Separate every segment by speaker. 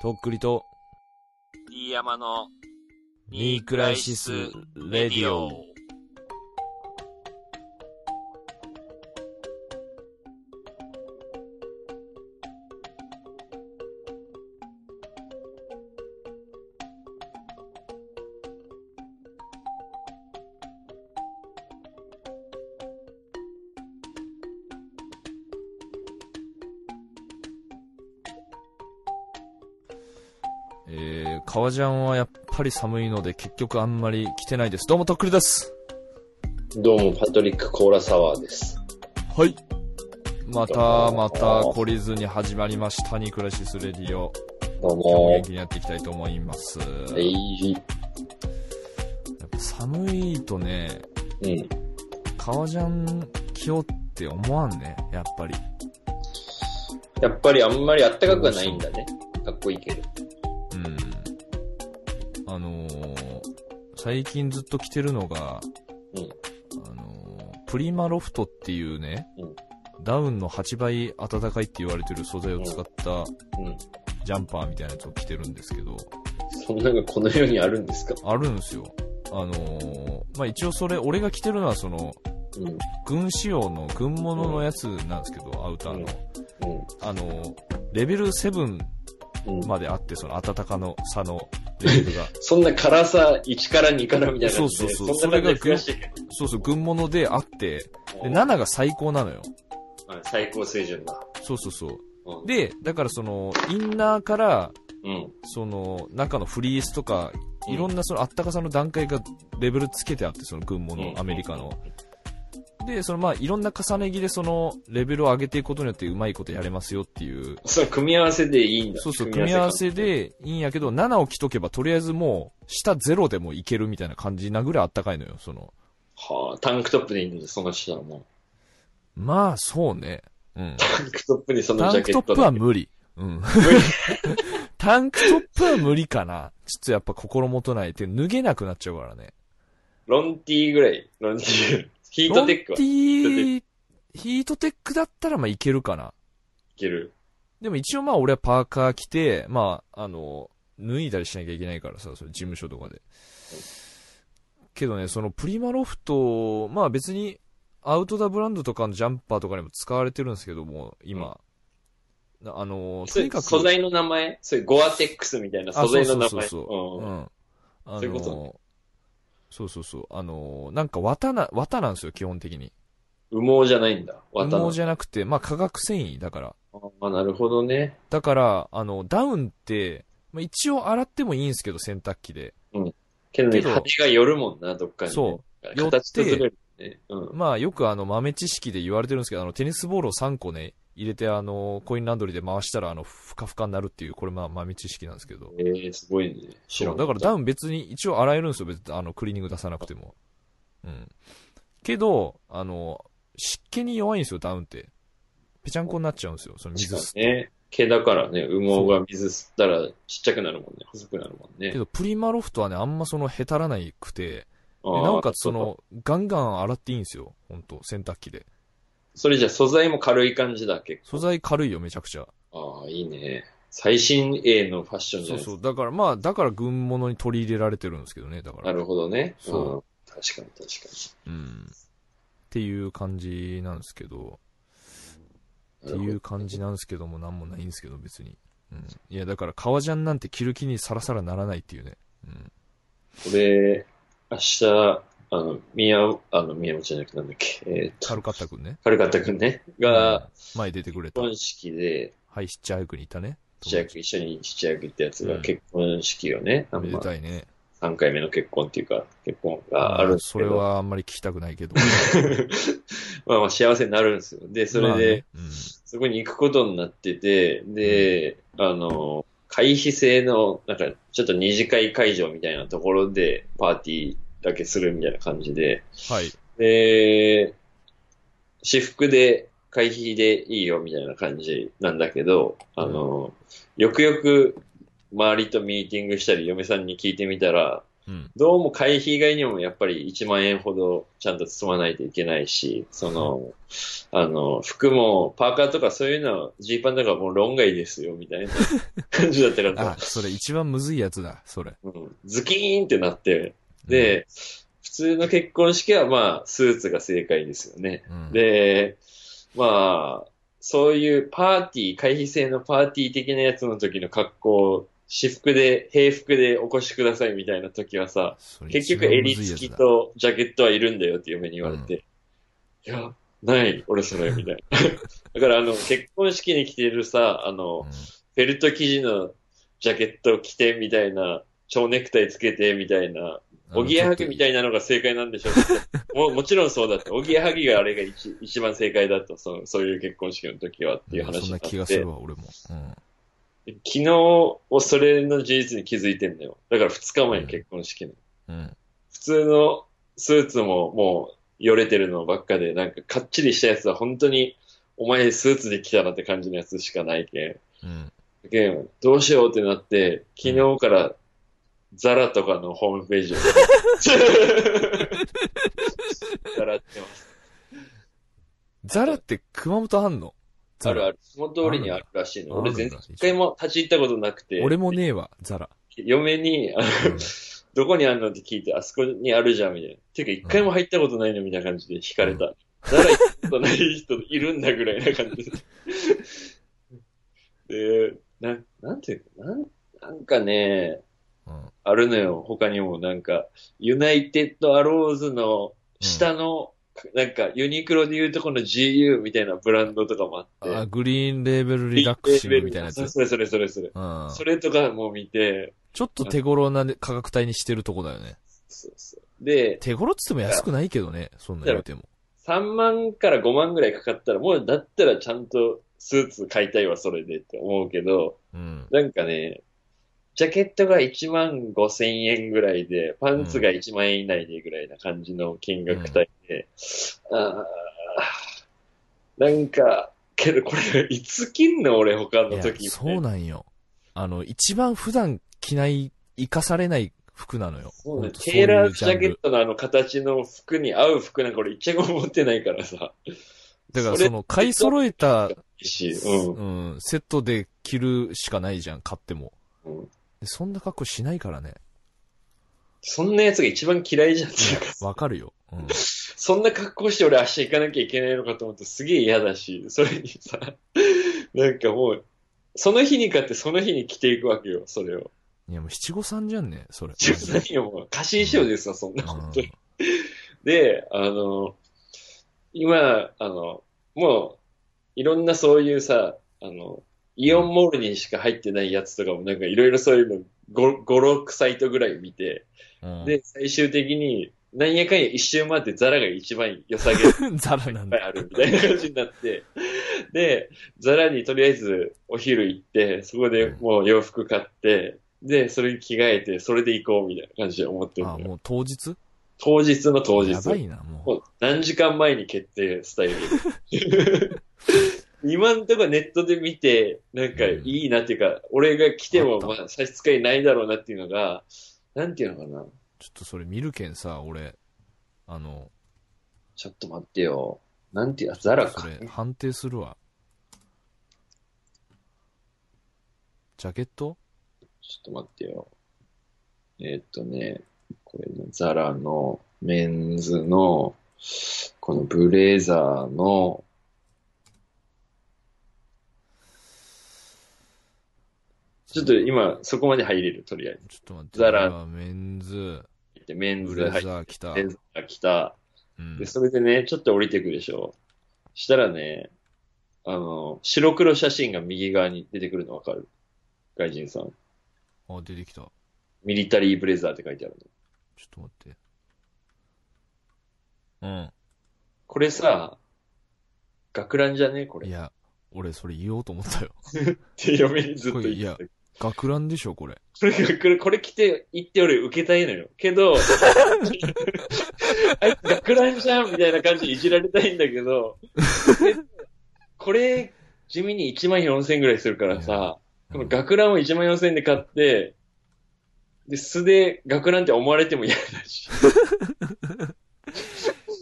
Speaker 1: とっくりと、
Speaker 2: 飯山の
Speaker 1: ニークライシス・レディオ。えー、革ジャンはやっぱり寒いので結局あんまり着てないです。どうもとっくりです。
Speaker 3: どうも、パトリック・コーラサワーです。
Speaker 1: はい。またまた懲りずに始まりました、ニークライシス・レディオ。
Speaker 3: どう
Speaker 1: 今日も
Speaker 3: も
Speaker 1: 元。気にやっていきたいと思います。
Speaker 3: えい、
Speaker 1: やっぱ寒いとね、
Speaker 3: うん。
Speaker 1: 革ジャン着ようって思わんね、やっぱり。
Speaker 3: やっぱりあんまりあったかくはないんだね。かっこいいけど。
Speaker 1: うん。あのー、最近ずっと着てるのが、
Speaker 3: うん
Speaker 1: あのー、プリマロフトっていうね、
Speaker 3: うん
Speaker 1: ダウンの8倍暖かいって言われてる素材を使った
Speaker 3: うん。
Speaker 1: ジャンパーみたいなやつを着てるんですけど、
Speaker 3: そんなのがこの世にあるんですか
Speaker 1: あるんですよ。あのー、まあ、一応それ、俺が着てるのはその、
Speaker 3: うん。うん。
Speaker 1: 軍仕様の軍物のやつなんですけど、アウターの。あのー、レベル7
Speaker 3: うん。
Speaker 1: まであって、その暖かの差のレベルが。
Speaker 3: そんな辛さ、1から2からみたいな感じ
Speaker 1: そうそ
Speaker 3: で。
Speaker 1: うそう
Speaker 3: そんな感じで暮らしてる
Speaker 1: そうそう、軍物であって、で、
Speaker 3: うん
Speaker 1: 7が最高なのよ。
Speaker 3: うん最高水準だ。
Speaker 1: そうそうそう。
Speaker 3: うん。
Speaker 1: で、だからその、インナーから、
Speaker 3: うん。
Speaker 1: その、中のフリースとか、
Speaker 3: うん
Speaker 1: いろんなそのあったかさの段階がレベルつけてあって、その軍物、
Speaker 3: うん
Speaker 1: アメリカの。で、そのまあ、いろんな重ね着でその、レベルを上げていくことによってうまいことやれますよっていう。
Speaker 3: その組み合わせでいいんだ。
Speaker 1: そうそう、組み合わせでいいんやけど、7を着とけばとりあえずもう、下ゼロでもいけるみたいな感じなぐらいあったかいのよ、その。
Speaker 3: はあ、タンクトップでいいんだ、その人はもう。
Speaker 1: まあ、そうね。うん。
Speaker 3: タンクトップにその
Speaker 1: タ
Speaker 3: ジ
Speaker 1: ン
Speaker 3: ャ
Speaker 1: ク
Speaker 3: ケ
Speaker 1: ト
Speaker 3: ッ
Speaker 1: ッ
Speaker 3: ト
Speaker 1: プ
Speaker 3: だ
Speaker 1: は無理。うん。 タンクトップは無理かな。ちょっとやっぱ心もとないって脱げなくなっちゃうからね。
Speaker 3: ロンティーぐらい。ロンティー。ヒ
Speaker 1: ヒ
Speaker 3: ートテックはい
Speaker 1: ヒートテックだったらまあいけるかな。
Speaker 3: ける。
Speaker 1: でも一応まあ俺はパーカー着て、まああの、脱いだりしなきゃいけないからさ、それ事務所とかで。けどね、そのプリマロフト、まあ別にアウトドアブランドとかのジャンパーとかにも使われてるんですけども、今。なあの、
Speaker 3: そ
Speaker 1: と
Speaker 3: れ
Speaker 1: にかく。
Speaker 3: 素材の名前そういうゴアテックスみたいな
Speaker 1: あ
Speaker 3: 素材の名前。
Speaker 1: そうそうそうそう。
Speaker 3: うん
Speaker 1: ん。あの
Speaker 3: そういうことね
Speaker 1: そうそうそう。あのなんか綿な、綿なんですよ、基本的に。
Speaker 3: 羽毛じゃないんだ。
Speaker 1: 羽
Speaker 3: 綿の。
Speaker 1: 毛じゃなくて、まあ化学繊維だから。
Speaker 3: あ、なるほどね。
Speaker 1: だから、あの、ダウンって、まあ、一応洗ってもいいんですけど、洗濯機で。
Speaker 3: けど
Speaker 1: け
Speaker 3: ね、
Speaker 1: ど
Speaker 3: 羽が寄るもんな、どっかにね。
Speaker 1: そ寄って
Speaker 3: 形崩れるね。うん。
Speaker 1: まあよくあの豆知識で言われてるんですけど、あのテニスボールを3個ね、入れてあの、コインランドリーで回したらあの、ふかふかになるっていう、これまあ豆知識なんですけど。
Speaker 3: えー、すごいね。知
Speaker 1: そう。
Speaker 3: んか
Speaker 1: だ
Speaker 3: っ
Speaker 1: から
Speaker 3: た
Speaker 1: ダウン別に一応洗えるんですよ、別にあのクリーニング出さなくても。うん。けど、あの、湿気に弱いんですよ、ダウンって。ぺちゃんこになっちゃうんですよ、その水
Speaker 3: 確
Speaker 1: 吸
Speaker 3: かにね。毛だからね、羽毛が水吸ったらちっちゃくなるもんね。細くなるもん
Speaker 1: け
Speaker 3: ね。
Speaker 1: ど、プリマロフトはね、あんまその、へたらないくて、で
Speaker 3: あー
Speaker 1: なおかつそ、の、ガンガン洗っていいんですよ、ほんと、洗濯機で。
Speaker 3: それじゃ素材も軽い感じだ、結
Speaker 1: 素材軽いよ、めちゃくちゃ。
Speaker 3: 構。ああ、いいね。最新鋭のファッションじゃ
Speaker 1: そう
Speaker 3: ないですか
Speaker 1: そう。だから、まあ、だから軍物に取り入れられてるんですけどね、だか
Speaker 3: な
Speaker 1: ら。
Speaker 3: るほどね。
Speaker 1: そう
Speaker 3: うん。確かに確か
Speaker 1: うん。っていう感じなんですけど。って
Speaker 3: に。なるほ
Speaker 1: い
Speaker 3: ど
Speaker 1: う感じなんですけども、なんもないんですけど、別に。うん。いや、だから、革ジャンなんて着る気にさらさらならないっていうね。うん。
Speaker 3: 俺、明日、あの、宮、あの、宮本じゃなくてなんだっけ、えーっと、
Speaker 1: 軽かったくんね。
Speaker 3: カルカッタ君ね、
Speaker 1: うん
Speaker 3: が、、
Speaker 1: 前出てくれた
Speaker 3: 結。婚式で、
Speaker 1: はい、ヒッチハイクにいたね。
Speaker 3: 父役、一緒に父役ってやつ
Speaker 1: う
Speaker 3: が
Speaker 1: ん
Speaker 3: 結婚式をね、あん
Speaker 1: めで
Speaker 3: ま
Speaker 1: たいね。
Speaker 3: 3回目の結婚っていうか、結婚があるんです
Speaker 1: そ
Speaker 3: け
Speaker 1: れ
Speaker 3: ど、
Speaker 1: はあんまり聞きたくないけど。
Speaker 3: まあまあ幸せになるんですよ。で、 それで、
Speaker 1: まあね。
Speaker 3: そこに行くことになってて、で、あの、会費制の、なんか、ちょっと二次会会場みたいなところで、パーティーだけするみたいな感じで、
Speaker 1: うん。はい。
Speaker 3: で、私服で、会費でいいよみたいな感じなんだけど、あの、よくよく周りとミーティングしたり、嫁さんに聞いてみたら、
Speaker 1: うん。
Speaker 3: どうも会費以外にもやっぱり1万円ほどちゃんと積まないといけないし、その、あの、服もパーカーとかそういうのはジーパンとかもう論外ですよみ たいな感じだったから
Speaker 1: あ、、それ一番むずいやつだ、それ。
Speaker 3: うん、ズキーンってなって、で、普通の結婚式はまあスーツが正解ですよね。
Speaker 1: うん、
Speaker 3: で、まあ、そういうパーティー、会費制のパーティー的なやつの時の格好、私服で、平服でお越しくださいみたいな時はさ、
Speaker 1: それ
Speaker 3: 結局
Speaker 1: 一番む
Speaker 3: 襟
Speaker 1: ずいやつだ
Speaker 3: 付きとジャケットはいるんだよって嫁に言われて、いや、ない、俺それ、みたいな。だからあの、結婚式に着てるさ、あの、フェルト生地のジャケット着てみたいな、超ネクタイつけてみたいな、
Speaker 1: うん
Speaker 3: おぎやはぎみた
Speaker 1: い
Speaker 3: いなのが正解なんでしょうけ どももちろんそうだって、おぎやはぎがあれが一一番正解だとその、そういう結婚式の時はっていう話
Speaker 1: そ
Speaker 3: に
Speaker 1: ん
Speaker 3: な
Speaker 1: な
Speaker 3: って、
Speaker 1: 気がするわ、俺も。うん。
Speaker 3: 昨日をそれの事実に気づいてんだよ。だから2日前に結婚式の。
Speaker 1: うん。
Speaker 3: 普通のスーツももう、よれてるのばっかで、なんかかっちりしたやつは本当に、お前スーツで来たなって感じのやつしかないけん。
Speaker 1: うん。
Speaker 3: けん、どうしようってなって、昨日から、ザラとかのホームページを。ザラってます。
Speaker 1: ザラって熊本あんの
Speaker 3: あるあ
Speaker 1: る。
Speaker 3: る。その通りにあるらしいの。
Speaker 1: ある
Speaker 3: 俺
Speaker 1: んだ
Speaker 3: 全然一回も立ち入ったことなくて。
Speaker 1: 俺もねえわ、ザラ。
Speaker 3: 嫁に、あの
Speaker 1: うん
Speaker 3: どこにあるのって聞いて、あそこにあるじゃん、みたいな。てか一回も入ったことないの、みたいな感じで惹かれた。ザラ行ったことない人いるんだぐらいな感 じで。で、な、なんていうのなん、なんかね、
Speaker 1: うん。
Speaker 3: あるのよ。他にもなんか、ユナイテッドアローズの下の、なんかユニクロでいうとこの GU みたいなブランドとかもあって。
Speaker 1: あ、グリーンレーベルリダクシングみたいなやつ。
Speaker 3: そうそれそれそれそれ。
Speaker 1: うん。
Speaker 3: それとかも見て、
Speaker 1: ちょっと手頃なね価格帯にしてるとこだよね。
Speaker 3: そうそうで、
Speaker 1: 手頃っつっても安くないけどね、そんな言うても。
Speaker 3: 3万から5万ぐらいかかったら、もうだったらちゃんとスーツ買いたいわ、それでって思うけど、
Speaker 1: うん。
Speaker 3: なんかね、ジャケットが1万5千円ぐらいで、パンツが1万円以内でぐらいな感じの金額帯で、あーなんか、けどこれ、いつ着んの俺、他
Speaker 1: い
Speaker 3: の
Speaker 1: や
Speaker 3: 時
Speaker 1: そうなんよ。あの、一番普段着ない、生かされない服なのよ。
Speaker 3: そう
Speaker 1: ほ
Speaker 3: ね
Speaker 1: んとそうい
Speaker 3: テーラージャケ
Speaker 1: う
Speaker 3: ットのあの形の服に合う服なんか俺一着も持ってないからさ。
Speaker 1: ジャンルだから
Speaker 3: それ
Speaker 1: その、買い揃えた、
Speaker 3: いいし、うん。
Speaker 1: うん、セットで着るしかないじゃん、買っても。
Speaker 3: うん
Speaker 1: でそんな格好しないからね。
Speaker 3: そんなやつが一番嫌いじゃんっていうか
Speaker 1: わかるよ。うん。
Speaker 3: そんな格好して俺明日行かなきゃいけないのかと思ってすげえ嫌だし、それにさ、なんかもう、その日に買ってその日に着ていくわけよ、それを。
Speaker 1: いや、もう七五三じゃんね、それ。
Speaker 3: 何よ、もう、貸し衣装ですわ、そんな、
Speaker 1: うん
Speaker 3: 本当に。で、あの、今、あの、もう、いろんなそういうさ、あの、イオンモールにしか入ってないやつとかも、なんかいろいろそういうの5、5、6サイトぐらい見て、
Speaker 1: うん、
Speaker 3: で、最終的に、なんやかんや一周回ってザラが一番良さげ
Speaker 1: ザラなん
Speaker 3: いっ
Speaker 1: だ。
Speaker 3: ぱいあるみたいな感じになって、 で、ザラにとりあえずお昼行って、そこでもう洋服買って、で、それに着替えて、それで行こうみたいな感じで思ってる
Speaker 1: あ、
Speaker 3: のよ
Speaker 1: もう当日
Speaker 3: 当日の当日
Speaker 1: や。ばいな、も
Speaker 3: もう何時間前に決定、ス タイル。今んとこネットで見て、なんかいいなっていうか、俺が来ても
Speaker 1: あっ
Speaker 3: まあ差し支えないだろうなっていうのが、なんていうのかな。
Speaker 1: う。ちょっとそれ見るけんさ、俺、あの、
Speaker 3: ちょっと待ってよ。なんていう、あザラ
Speaker 1: そ
Speaker 3: か。
Speaker 1: れ判定するわ。ジャケット
Speaker 3: ちょっと待ってよ。えーっとね、これのザラのメンズの、このブレザーの、ちょっと今、そこまで入れる、とりあえ
Speaker 1: ちょっと待って。
Speaker 3: ザラ
Speaker 1: これはメンズ、
Speaker 3: ず。で、メン
Speaker 1: ブ
Speaker 3: ズ
Speaker 1: レザ
Speaker 3: 入って、
Speaker 1: ー着た。
Speaker 3: メンズが来た。
Speaker 1: うん
Speaker 3: で、それでね、ちょっと降りてくでしょ。したらね、あの、白黒写真が右側に出てくるのわかる外人さん。
Speaker 1: あ、出てきた。ちょ
Speaker 3: ミリタリーブレザーって書いてあるの。
Speaker 1: っと待って。うん。
Speaker 3: これさ、学ランじゃねこれ。
Speaker 1: いや、俺それ言おうと思ったよ。
Speaker 3: って嫁にずっと
Speaker 1: これい
Speaker 3: 言っ
Speaker 1: や
Speaker 3: てた。
Speaker 1: 学ランでしょ、これ。
Speaker 3: これこれ、これ着て、行って俺受けたいのよ。けど、あいつ学ランじゃんみたいな感じでいじられたいんだけど、これ、地味に1万4000円ぐらいするからさ、この学ランを1万4000円で買って、で、素で学ランって思われても嫌 だし。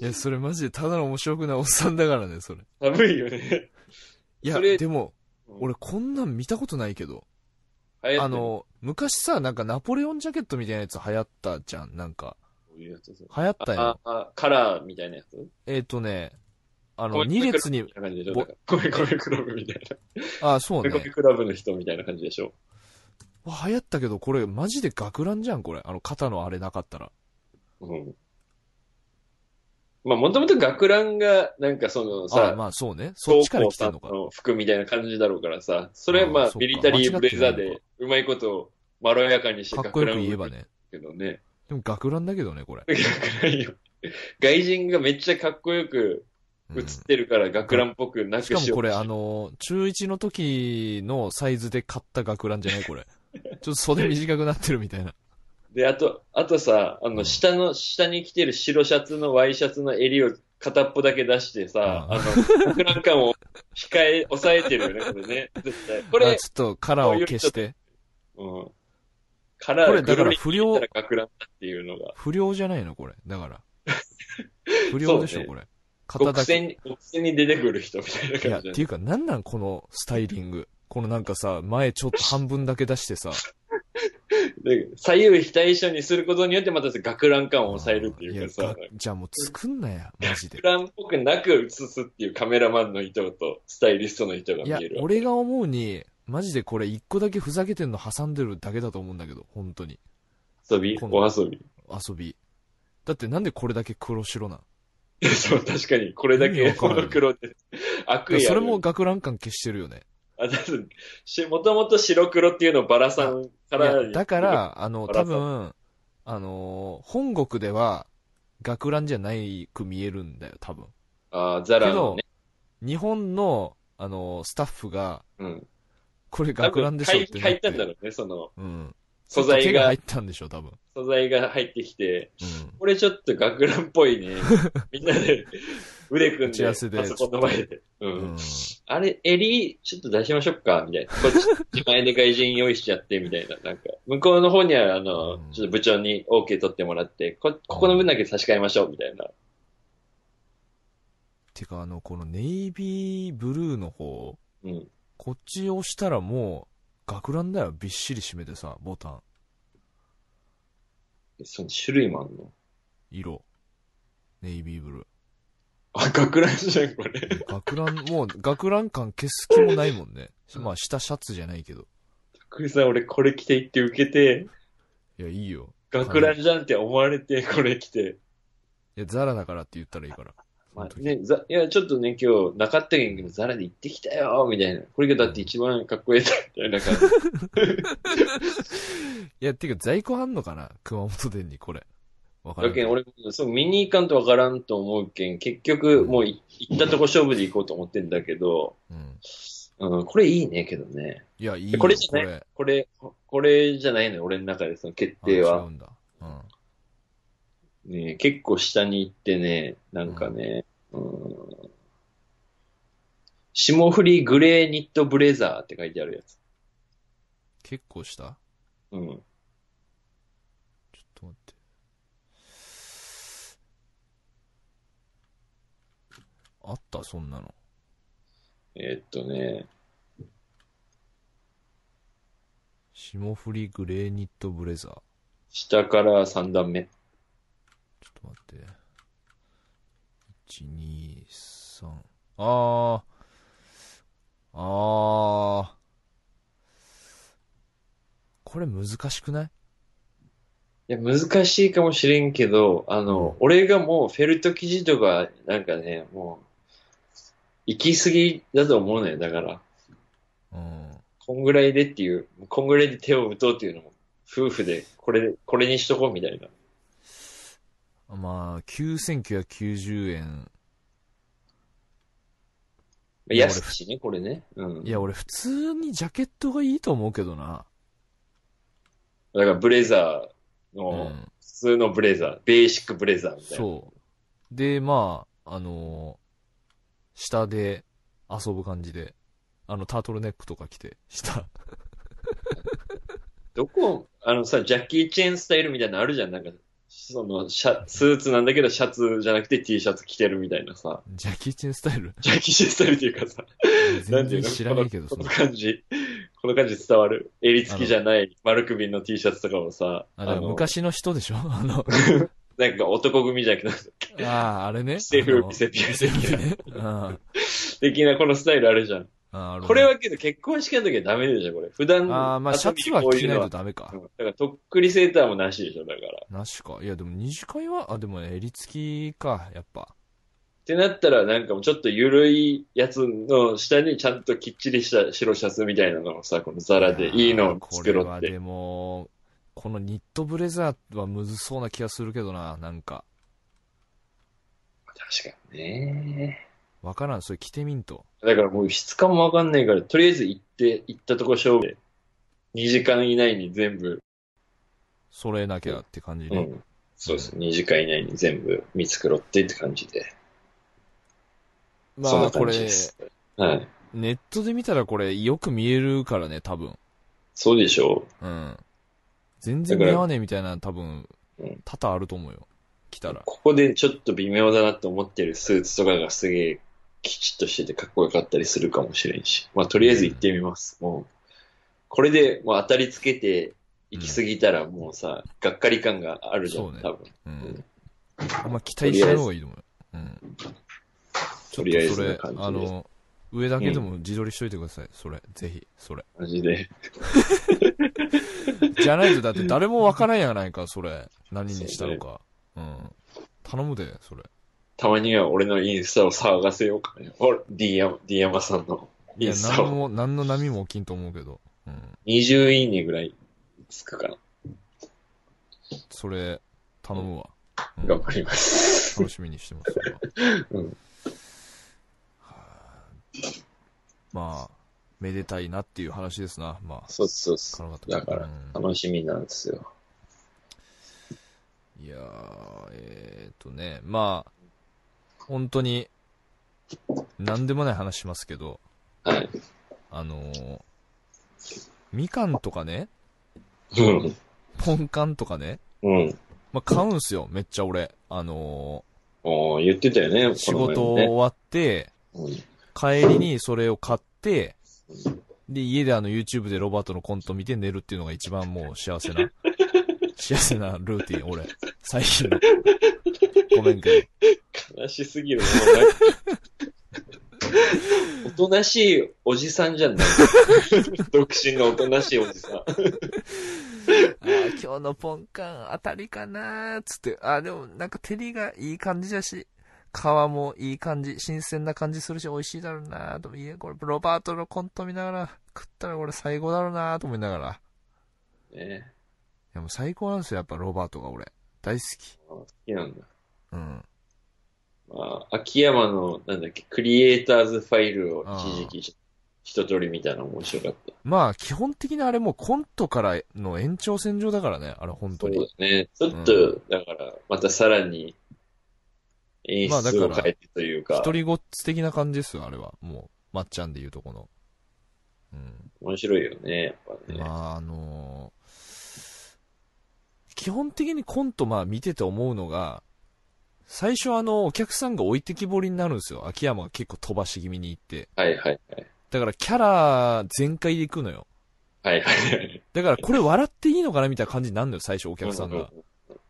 Speaker 1: いや、それマジでただの面白くないおっさんだからね、それ。
Speaker 3: 寒いよね。
Speaker 1: いや、
Speaker 3: それ
Speaker 1: でも、
Speaker 3: うん
Speaker 1: 俺こんなん見たことないけど。
Speaker 3: 流行ってる
Speaker 1: あ、の、昔さ、なんかナポレオンジャケットみたいなやつ流行ったじゃん、なんか。
Speaker 3: こういうやつですよ
Speaker 1: 流行った
Speaker 3: あ
Speaker 1: よ。
Speaker 3: あ、カラーみたいなやつ
Speaker 1: えっ、とね、あ
Speaker 3: こ
Speaker 1: の、
Speaker 3: ういう
Speaker 1: 2列に
Speaker 3: み、たいな感じでしょだから米米クラブみたいな。
Speaker 1: あ、そう
Speaker 3: 米
Speaker 1: ね
Speaker 3: 米。クラブの人みたいな感じでしょ。
Speaker 1: わ流行ったけど、これマジで学ランじゃん、これ。あの、肩のあれなかったら。
Speaker 3: うん。まあ、もともと学ランが、なんかその
Speaker 1: あ
Speaker 3: さ、
Speaker 1: まあそうね。そっちから来てんのか
Speaker 3: 東。光さんの服みたいな感じだろうからさ、それはま
Speaker 1: あ
Speaker 3: あ
Speaker 1: ーそ、うか
Speaker 3: ミリタリーブレザー
Speaker 1: 間違ってないの
Speaker 3: で、うまいことをまろやかにして
Speaker 1: かっこよく言えば
Speaker 3: 学ランを
Speaker 1: ね。
Speaker 3: けどね。
Speaker 1: でも学ランだけどね、これ。
Speaker 3: 学ランよ。外人がめっちゃかっこよく
Speaker 1: うん
Speaker 3: 映ってるから学ランっぽくなくし
Speaker 1: しか
Speaker 3: よう
Speaker 1: も
Speaker 3: とて
Speaker 1: これ、あの、中1の時のサイズで買った学ランじゃない これ。ちょっと袖短くなってるみたいな。
Speaker 3: で、あと、あとさ、あ
Speaker 1: うん
Speaker 3: の、下の、下に着てる白シャツのワイシャツの襟を片っぽだけ出してさ、
Speaker 1: うん
Speaker 3: あの、博覧感を控え、抑えてるよね、これね。絶対。こ
Speaker 1: こ
Speaker 3: れ
Speaker 1: ち、ょっとカラーを消して。
Speaker 3: うん。カラー
Speaker 1: これだから
Speaker 3: 黒い
Speaker 1: 不良
Speaker 3: 着たら学ランだっていうのが。
Speaker 1: 不良じゃないの、これ。だ から。不良でしょ、
Speaker 3: そうね
Speaker 1: これ。肩
Speaker 3: 極
Speaker 1: だけ。
Speaker 3: 戦に、極戦に出てくる人みたいない
Speaker 1: や、っ
Speaker 3: 感
Speaker 1: て
Speaker 3: じ
Speaker 1: いうか、なんなん、このスタイリング。このなんかさ、前ちょっと半分だけ出してさ。
Speaker 3: で左右非対称にすることによってまたさ学ラン感を抑えるっていうか
Speaker 1: いや
Speaker 3: さ、
Speaker 1: がじゃあもう作んなや、マジで
Speaker 3: 学。ランっぽくなく映すっていうカメラマンの人とスタイリストの人が
Speaker 1: い
Speaker 3: 見
Speaker 1: や
Speaker 3: える、わ。
Speaker 1: 俺が思うに、マジでこれ一個だけふざけてんの挟んでるだけだと思うんだけど、本当に。
Speaker 3: 遊び
Speaker 1: この
Speaker 3: お遊び。
Speaker 1: 遊び。だってなんでこれだけ黒白なん
Speaker 3: そう、確かに。これだ
Speaker 1: 意味
Speaker 3: け、
Speaker 1: わか
Speaker 3: こ
Speaker 1: んない
Speaker 3: の黒で。悪意ある。
Speaker 1: それも、学ラン感消してるよね。
Speaker 3: あ、だってし、もともと白黒っていうのをバラさんか
Speaker 1: い
Speaker 3: ら
Speaker 1: や、だか、ら、あの、
Speaker 3: バラ
Speaker 1: 多
Speaker 3: さ
Speaker 1: 分、あのー本国では、学ランじゃないく見えるんだよ、多分。
Speaker 3: あザ
Speaker 1: け
Speaker 3: ラ
Speaker 1: ど
Speaker 3: のね。、
Speaker 1: 日本の、あのースタッフが、
Speaker 3: うん。
Speaker 1: これ
Speaker 3: 多
Speaker 1: 学ラン
Speaker 3: 分
Speaker 1: でしょっ
Speaker 3: 入
Speaker 1: てな
Speaker 3: 入
Speaker 1: っ
Speaker 3: ってたんだろうね、その、
Speaker 1: うん。
Speaker 3: 素材
Speaker 1: 手が
Speaker 3: が
Speaker 1: 入っ、たんでしょ、多分。
Speaker 3: 素材が入ってきて、
Speaker 1: うん。
Speaker 3: これちょっと学ランっぽい ね。みんなで、腕組ん
Speaker 1: 打ち合
Speaker 3: で、
Speaker 1: わ
Speaker 3: パ
Speaker 1: せで
Speaker 3: ソコンの前で。う
Speaker 1: うん
Speaker 3: ん。あれ、襟、ちょっと出しましょうか、みたいな。こっち、自前で外人用意しちゃって、みたいな。なんか、向こうの方には、あ
Speaker 1: う
Speaker 3: の
Speaker 1: ん、
Speaker 3: ちょっと部長に OK 取ってもらって、こ、ここの分だけ差し替えましょう、みたいな。
Speaker 1: てか、あの、このネイビーブルーの方、
Speaker 3: うん。
Speaker 1: こっち押したらもう、学ランだよ、びっしり締めてさ、ボタン、
Speaker 3: その種類もあんの
Speaker 1: 色。ネイビーブルー。
Speaker 3: あ、学ランじゃん、これ。
Speaker 1: 学ラン、もう学ラン感消す気もないもんね。まあ、下シャツじゃないけど。
Speaker 3: クリさん、俺これ着て行って受けて、
Speaker 1: いや、いいよ。
Speaker 3: 学ランじゃんって思われて、これ着て。
Speaker 1: いや、ザラだからって言ったらいいから。そ
Speaker 3: まあ
Speaker 1: の時
Speaker 3: ね、ざいや、ちょっとね、今日、なかったけんけど、ザラで行ってきたよ、みたいな。これがだって一番かっこええだ、みたいな感じ。
Speaker 1: いや、ていうか、在庫あんのかな熊本店に、これ。わか
Speaker 3: だけ
Speaker 1: る。
Speaker 3: ん、俺、そう、見に行かんとわからんと思うけん、結局、もうい行ったとこ勝負で行こうと思ってんだけど、
Speaker 1: うん。
Speaker 3: うん、これいいね、けどね。
Speaker 1: いや、いいよ、
Speaker 3: これじゃ
Speaker 1: こ
Speaker 3: ない
Speaker 1: れ。
Speaker 3: これ、これじゃないのよ、俺の中で、その決
Speaker 1: あ
Speaker 3: 定
Speaker 1: 違
Speaker 3: は
Speaker 1: う。んだ。うん。
Speaker 3: ね、結構下に行ってね、なんかね、うん、霜降りグレーニットブレザーって書いてあるやつ。
Speaker 1: 結構した
Speaker 3: うん。
Speaker 1: ちょっと待って。あった、そんなの。
Speaker 3: えーっとね、
Speaker 1: 霜降りグレーニットブレザー。
Speaker 3: 下から3段目。
Speaker 1: ちょっと待って。1、2、3。あー。あー。これ難しくない
Speaker 3: いや、難しいかもしれんけど、あの、俺がもうフェルト生地とか、なんかね、もう、行き過ぎだと思うのよ。だから、
Speaker 1: うん。
Speaker 3: こんぐらいでっていう、こんぐらいで手を打とうっていうのも、夫婦で、これ、これにしとこうみたいな。
Speaker 1: まあ、9990円。いや
Speaker 3: 安いしね、これね。うん。
Speaker 1: いや、俺普通にジャケットがいいと思うけどな。
Speaker 3: だからブレザー
Speaker 1: う
Speaker 3: の、
Speaker 1: ん。
Speaker 3: 普通のブレザー、ベーシックブレザーみたいな。
Speaker 1: そう。で、まあ、あのー下で遊ぶ感じで。あの、タートルネックとか着て、下。
Speaker 3: どこ、あのさ、ジャッキー・チェーンスタイルみたいなのあるじゃん。なんか、その、シャスーツなんだけど、シャツじゃなくて T シャツ着てるみたいなさ。
Speaker 1: ジャッキーチェンスタイ ル
Speaker 3: ジャッキー・チェーンスタイルっていうかさ、
Speaker 1: 全然知らないけど、そ
Speaker 3: この
Speaker 1: の
Speaker 3: この感じ。この感じ伝わる。襟付きじゃない丸首の T シャツとかをさ、
Speaker 1: あ、だから
Speaker 3: の
Speaker 1: 昔の人でしょ あの、
Speaker 3: なんか男組じゃなくて、
Speaker 1: ああ、あれね。
Speaker 3: セフ
Speaker 1: あの
Speaker 3: ビセピア
Speaker 1: ビセピアね。うんあ
Speaker 3: 的なこのスタイルあるじゃん。
Speaker 1: ああるね
Speaker 3: これはけど結婚式の時はダメでしょ、これ。普段
Speaker 1: ああ、まあ、シャツは
Speaker 3: こう
Speaker 1: 着
Speaker 3: いう
Speaker 1: ない
Speaker 3: の
Speaker 1: と
Speaker 3: は
Speaker 1: ダメか
Speaker 3: うん。だから、とっくりセーターもなしでしょ、だから。っ
Speaker 1: なしか。いや、でも二次会は、あ、でも襟付きか、やっぱ。
Speaker 3: てなったら、なんかもうちょっとゆるいやつの下にちゃんときっちりした白シャツみたいなのをさ、このザラでいいのを作
Speaker 1: これ
Speaker 3: ろうっ
Speaker 1: は
Speaker 3: て。
Speaker 1: でも、このニットブレザーはむずそうな気がするけどな、なんか。
Speaker 3: 確かにね。
Speaker 1: わからん、それ着てみんと。
Speaker 3: だからもう質感もわかんないから、とりあえず行って、行ったとこ勝負で、2時間以内に全部、
Speaker 1: それなきゃって感じ
Speaker 3: う
Speaker 1: ね。
Speaker 3: ん。そうです。2時間以内に全部見繕ってって感じで。そん
Speaker 1: ま
Speaker 3: な
Speaker 1: あ、こ
Speaker 3: 感
Speaker 1: れ
Speaker 3: じ、です。はい。
Speaker 1: ネットで見たらこれ、よく見えるからね、多分。
Speaker 3: そうでしょ
Speaker 1: うん。全然似合わねえみたいな、多分
Speaker 3: うん、
Speaker 1: 多々あると思うよ。着たら。
Speaker 3: ここでちょっと微妙だなと思ってるスーツとかがすげえきちっとしててかっこよかったりするかもしれんし。まあとりあえず行ってみます。もう、これでもう当たりつけて行き過ぎたらもうさ、がっかり感があるじゃん、
Speaker 1: そうね
Speaker 3: 多分。
Speaker 1: うん。あんま期待しない方がいいと思うよ。うん。
Speaker 3: とりあえず
Speaker 1: そ
Speaker 3: な
Speaker 1: れ、
Speaker 3: 感
Speaker 1: あ
Speaker 3: じです。
Speaker 1: の、上だけでも自撮りしといてください。それ、ぜひ、それ。
Speaker 3: マジで。
Speaker 1: じゃないと、だって誰もわからんやないか、それ。何にしたのか。うん。頼むで、それ。
Speaker 3: たまには俺のインスタを騒がせようかね。ほら、D 山、D 山さんの
Speaker 1: い
Speaker 3: イン
Speaker 1: や、
Speaker 3: スタ
Speaker 1: 何
Speaker 3: を。
Speaker 1: も、何の波も起きんと思うけど。うん。
Speaker 3: 20いいねぐらいつくかな。
Speaker 1: それ、頼むわ。うん
Speaker 3: 頑張ります。
Speaker 1: 楽しみにしてます、それは。
Speaker 3: うん
Speaker 1: はあまあ、めでたいなっていう話ですな。まあ、
Speaker 3: そうそうそう。
Speaker 1: 絡まった
Speaker 3: だから
Speaker 1: うん
Speaker 3: 楽しみなんですよ。
Speaker 1: いやー、えー、とね、まあ、本当に、なんでもない話しますけど、
Speaker 3: はい。
Speaker 1: あのーみかんとかね、
Speaker 3: うん。
Speaker 1: ポンカンとかね、
Speaker 3: うん。
Speaker 1: まあ、買うんすよ、めっちゃ俺。あの
Speaker 3: おー言ってたよね、
Speaker 1: ー仕
Speaker 3: この前
Speaker 1: 事
Speaker 3: も
Speaker 1: 終
Speaker 3: ね。
Speaker 1: わって、
Speaker 3: うん
Speaker 1: 帰りにそれを買って、で、家であの YouTube でロバートのコント見て寝るっていうのが一番もう幸せ な、幸せなルーティン、俺。最近の。ごめんけ
Speaker 3: 悲しすぎる。もうなんかおとなしいおじさんじゃない 独身のおとなしいおじさん。
Speaker 1: ど。あー今日のポンカン当たりかなーつって。あーでもなんか照りがいい感じだし、皮もいい感じ、新鮮な感じするし美味しいだろうなーと。いや、これロバートのコント見ながら食ったらこれ最高だろうなーと思いながら。い
Speaker 3: ね、
Speaker 1: やもう最高なんですよ、やっぱロバートが俺。大好き。
Speaker 3: 好きなんだ。
Speaker 1: うん。
Speaker 3: まあ、秋山の、なんだっけ、クリエイターズファイルを一時期一通り見たの面白かった。
Speaker 1: まあ基本的にあれもうコントからの延長線上だからね、あれ本当
Speaker 3: そう
Speaker 1: に。
Speaker 3: だね。ちょっと、だから、またさらに演
Speaker 1: まあだか
Speaker 3: 出
Speaker 1: ら
Speaker 3: を変えてというか、
Speaker 1: 一人ごっつ的な感じですよ、あれは。もう、まっちゃんで言うとこの。う
Speaker 3: 面白いよね、やっぱ
Speaker 1: ん。
Speaker 3: ね。
Speaker 1: まあ、あのー基本的にコント、まあ見てて思うのが、最初あの、お客さんが置いてきぼりになるんですよ。秋山が結構飛ばし気味に行って。
Speaker 3: はいはいはい。
Speaker 1: だからキャラ全開で行くのよ。
Speaker 3: はいはいはい。
Speaker 1: だからこれ笑っていいのかなみたいな感じになるのよ、最初お
Speaker 3: お
Speaker 1: 客さんが。。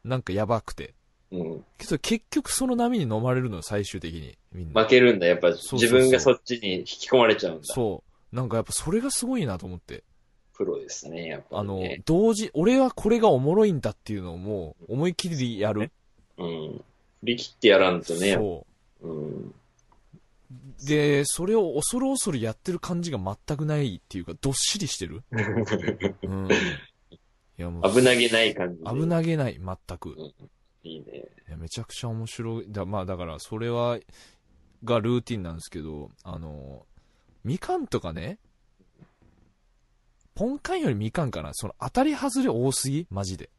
Speaker 1: なんかやばくて。
Speaker 3: うん。
Speaker 1: けど結局その波に飲まれるのよ、最終的に。みんな。
Speaker 3: 負けるんだ、やっぱ
Speaker 1: そうそう
Speaker 3: 自分がそっちに引き込まれちゃうんだ。
Speaker 1: そう。なんかやっぱそれがすごいなと思って。
Speaker 3: プロですね、やっぱ
Speaker 1: あ
Speaker 3: り
Speaker 1: の
Speaker 3: ね、
Speaker 1: 同時、俺はこれがおもろいんだっていうのをもう思い切りやる。
Speaker 3: うん。振り切ってやらんとね、
Speaker 1: そ
Speaker 3: うん。
Speaker 1: う。で、それを恐る恐るやってる感じが全くないっていうか、どっしりして る。うん。いやもう
Speaker 3: 危なげない感じで。
Speaker 1: 危なげない、全く。
Speaker 3: いいね。
Speaker 1: いやめちゃくちゃ面白い。だまあだから、それは、がルーティンなんですけど、あの、みかんとかね、ポンカンよりみかんかな。その当たり外れ多すぎマジで。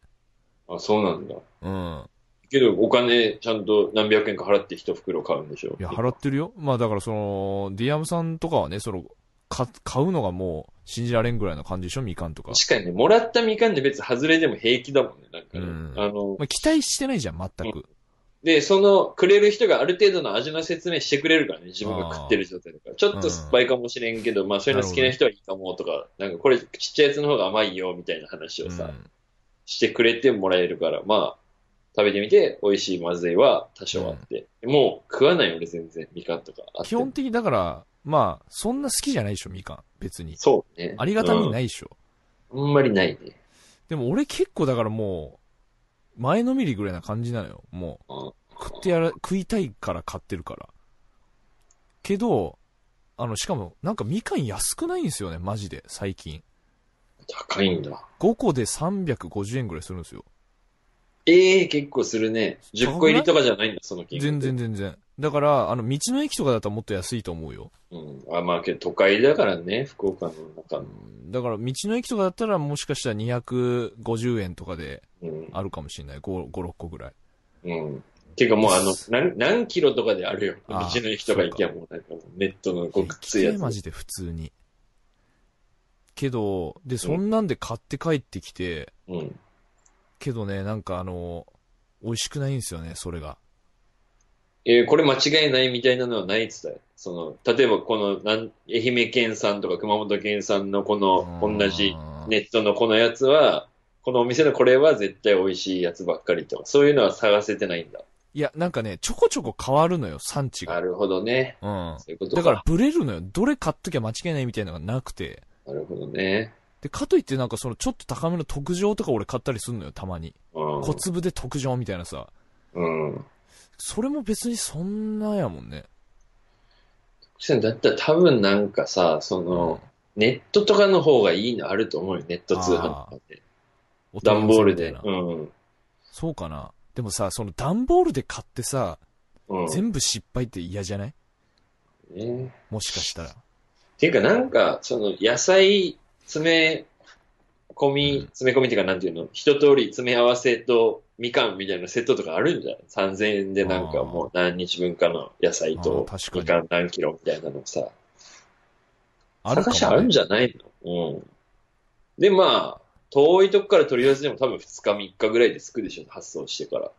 Speaker 3: あ、そうなんだ。
Speaker 1: うん。
Speaker 3: けど、お金、ちゃんと何百円か払って一袋買うんでしょ
Speaker 1: いや、払ってるよ。まあだからその、ディアムさんとかはね、その、か買うのがもう、信じられんぐらいの感じでしょみかんとか。
Speaker 3: 確かにね、もらったみかんって別に外れでも平気だもんね。なんか
Speaker 1: う
Speaker 3: ね、
Speaker 1: ん
Speaker 3: あの、
Speaker 1: まあ、期待してないじゃん、全く。
Speaker 3: で、その、くれる人がある程度の味の説明してくれるからね、自分が食ってる状態だから。ちょっと酸っぱいかもしれんけど、まあそういうの好きな人はいいかもとか、なんかこれちっちゃいやつの方が甘いよ、みたいな話をさ、
Speaker 1: うん
Speaker 3: してくれてもらえるから、まあ、食べてみて、美味しい、まずいは多少あって。もう食わない俺全然、みかんとかあって。
Speaker 1: 基本的にだから、まあ、そんな好きじゃないでしょ、みかん。別に。
Speaker 3: そうね。
Speaker 1: ありがたみ
Speaker 3: い、
Speaker 1: ないでしょ。
Speaker 3: うん。あんまりないね。
Speaker 1: でも俺結構だからもう、前のめりぐらいな感じなのよ。も
Speaker 3: うん
Speaker 1: う、食ってやら、食いたいから買ってるから。けど、あの、しかも、なんかみかん安くないんですよね、マジで、最近。
Speaker 3: 高いんだ。
Speaker 1: 5個で350円ぐらいするんですよ。
Speaker 3: ええ結構するね。10個入りとかじゃないんだ、その金額。
Speaker 1: 全然。全然。だから、あの、道の駅とかだったらもっと安いと思うよ。
Speaker 3: うん。あ、まあけど都会だからね、福岡の中の。
Speaker 1: だから、道の駅とかだったらもしかしたら250円とかで
Speaker 3: うん。
Speaker 1: あるかもしれない。5、5 6個ぐらい。
Speaker 3: うん。ていうかもうあの、何、何キロとかであるよ。道
Speaker 1: あー
Speaker 3: の駅とか行きゃもうなんかもうネットのごくっついや
Speaker 1: マ
Speaker 3: つ。
Speaker 1: ジで普通に。けど、で、そんなんで買って帰ってきて、
Speaker 3: うん。
Speaker 1: けどね、なんかあの、美味しくないんですよね、それが。
Speaker 3: えーこれ間違いないみたいなのはないっつったよ。その、例えばこの、なん、愛媛県産とか熊本県産のこの、
Speaker 1: うん
Speaker 3: 同じネットのこのやつは、このお店のこれは絶対美味しいやつばっかりとか、そういうのは探せてないんだ。
Speaker 1: いや、なんかね、ちょこちょこ変わるのよ、産地
Speaker 3: な
Speaker 1: が。
Speaker 3: るほどね。
Speaker 1: うん。
Speaker 3: そういうこと
Speaker 1: だから、ブレるのよ。どれ買っときゃ間違いないみたいなのがなくて。
Speaker 3: なるほどね。
Speaker 1: で、かといってなんかそのちょっと高めの特上とか俺買ったりすんのよ、たまに。
Speaker 3: うん。
Speaker 1: 小粒で特上みたいなさ。
Speaker 3: うん。
Speaker 1: それも別にそんなやもんね。
Speaker 3: だったら多分なんかさ、その、ネットとかの方がいいのあると思うよ。ネット通販とかで。
Speaker 1: お問い合わ
Speaker 3: 段
Speaker 1: せ
Speaker 3: ボール
Speaker 1: み
Speaker 3: で
Speaker 1: た。いな
Speaker 3: うん。
Speaker 1: そうかな。でもさ、その段ボールで買ってさ、
Speaker 3: うん。
Speaker 1: 全部失敗って嫌じゃない
Speaker 3: ね
Speaker 1: もしかしたら。
Speaker 3: っていうかなんか、その野菜詰め込み、
Speaker 1: うん
Speaker 3: 詰め込みっていうかなんていうの、一通り詰め合わせとみかんみたいなセットとかあるんじゃない ?3000 円でなん
Speaker 1: あ
Speaker 3: か
Speaker 1: ー
Speaker 3: もう何日分かの野菜と
Speaker 1: あー確かに
Speaker 3: みかん何キロみたいなのさ、
Speaker 1: あるか
Speaker 3: 探しあ
Speaker 1: も、
Speaker 3: るん
Speaker 1: ね。
Speaker 3: じゃないのうん。で、まあ、遠いとこから取り寄せでも多分2日3日ぐらいで着くでしょ、発送してから。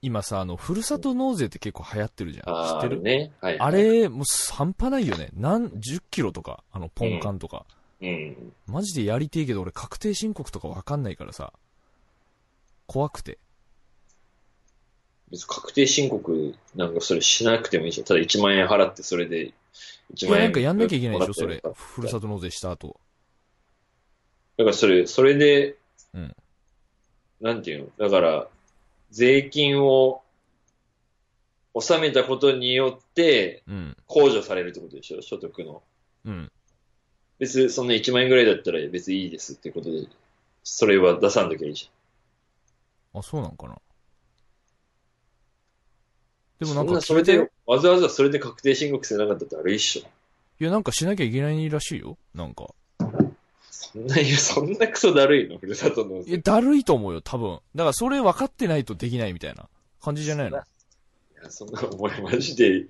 Speaker 1: 今さ、あの、ふるさと納税って結構流行ってるじゃん。知
Speaker 3: あ
Speaker 1: っ
Speaker 3: あ
Speaker 1: て
Speaker 3: る
Speaker 1: る
Speaker 3: ね。はい。
Speaker 1: あれ、もう半端ないよね。何、10キロとか、あの、ポンカンとか。
Speaker 3: うん。
Speaker 1: マジでやりてえけど俺確定申告とかわかんないからさ。怖くて。
Speaker 3: 別に確定申告なんかそれしなくてもいいじゃん。ただ1万円払ってそれで
Speaker 1: い
Speaker 3: 1
Speaker 1: や、
Speaker 3: 万円。
Speaker 1: なんかやんなきゃいけないでしょ、そ
Speaker 3: もらっ
Speaker 1: れ
Speaker 3: たりと。か
Speaker 1: ふるさと納税した後。
Speaker 3: だからそれ、それで、
Speaker 1: うん
Speaker 3: なんていうのだから、税金を納めたことによって、
Speaker 1: うん。
Speaker 3: 控除されるってことでしょ所得の。
Speaker 1: うん。
Speaker 3: 別にそんな1万円ぐらいだったら別にいいですってことで、それは出さんときゃいいじ
Speaker 1: あ、そうなんかな。
Speaker 3: ゃ
Speaker 1: でも
Speaker 3: ん。
Speaker 1: なん
Speaker 3: そ
Speaker 1: か
Speaker 3: んなそれで、わざわざそれで確定申告せなかったってあれ一緒。
Speaker 1: いや、なんかしなきゃいけないらしいよ。なんか。
Speaker 3: そんな、いやそんなクソだるいのふるさと納
Speaker 1: い
Speaker 3: 税。
Speaker 1: や、だるいと思うよ、多分。だから、それ分かってないとできないみたいな感じじゃないの
Speaker 3: いやそんな、お前マジで、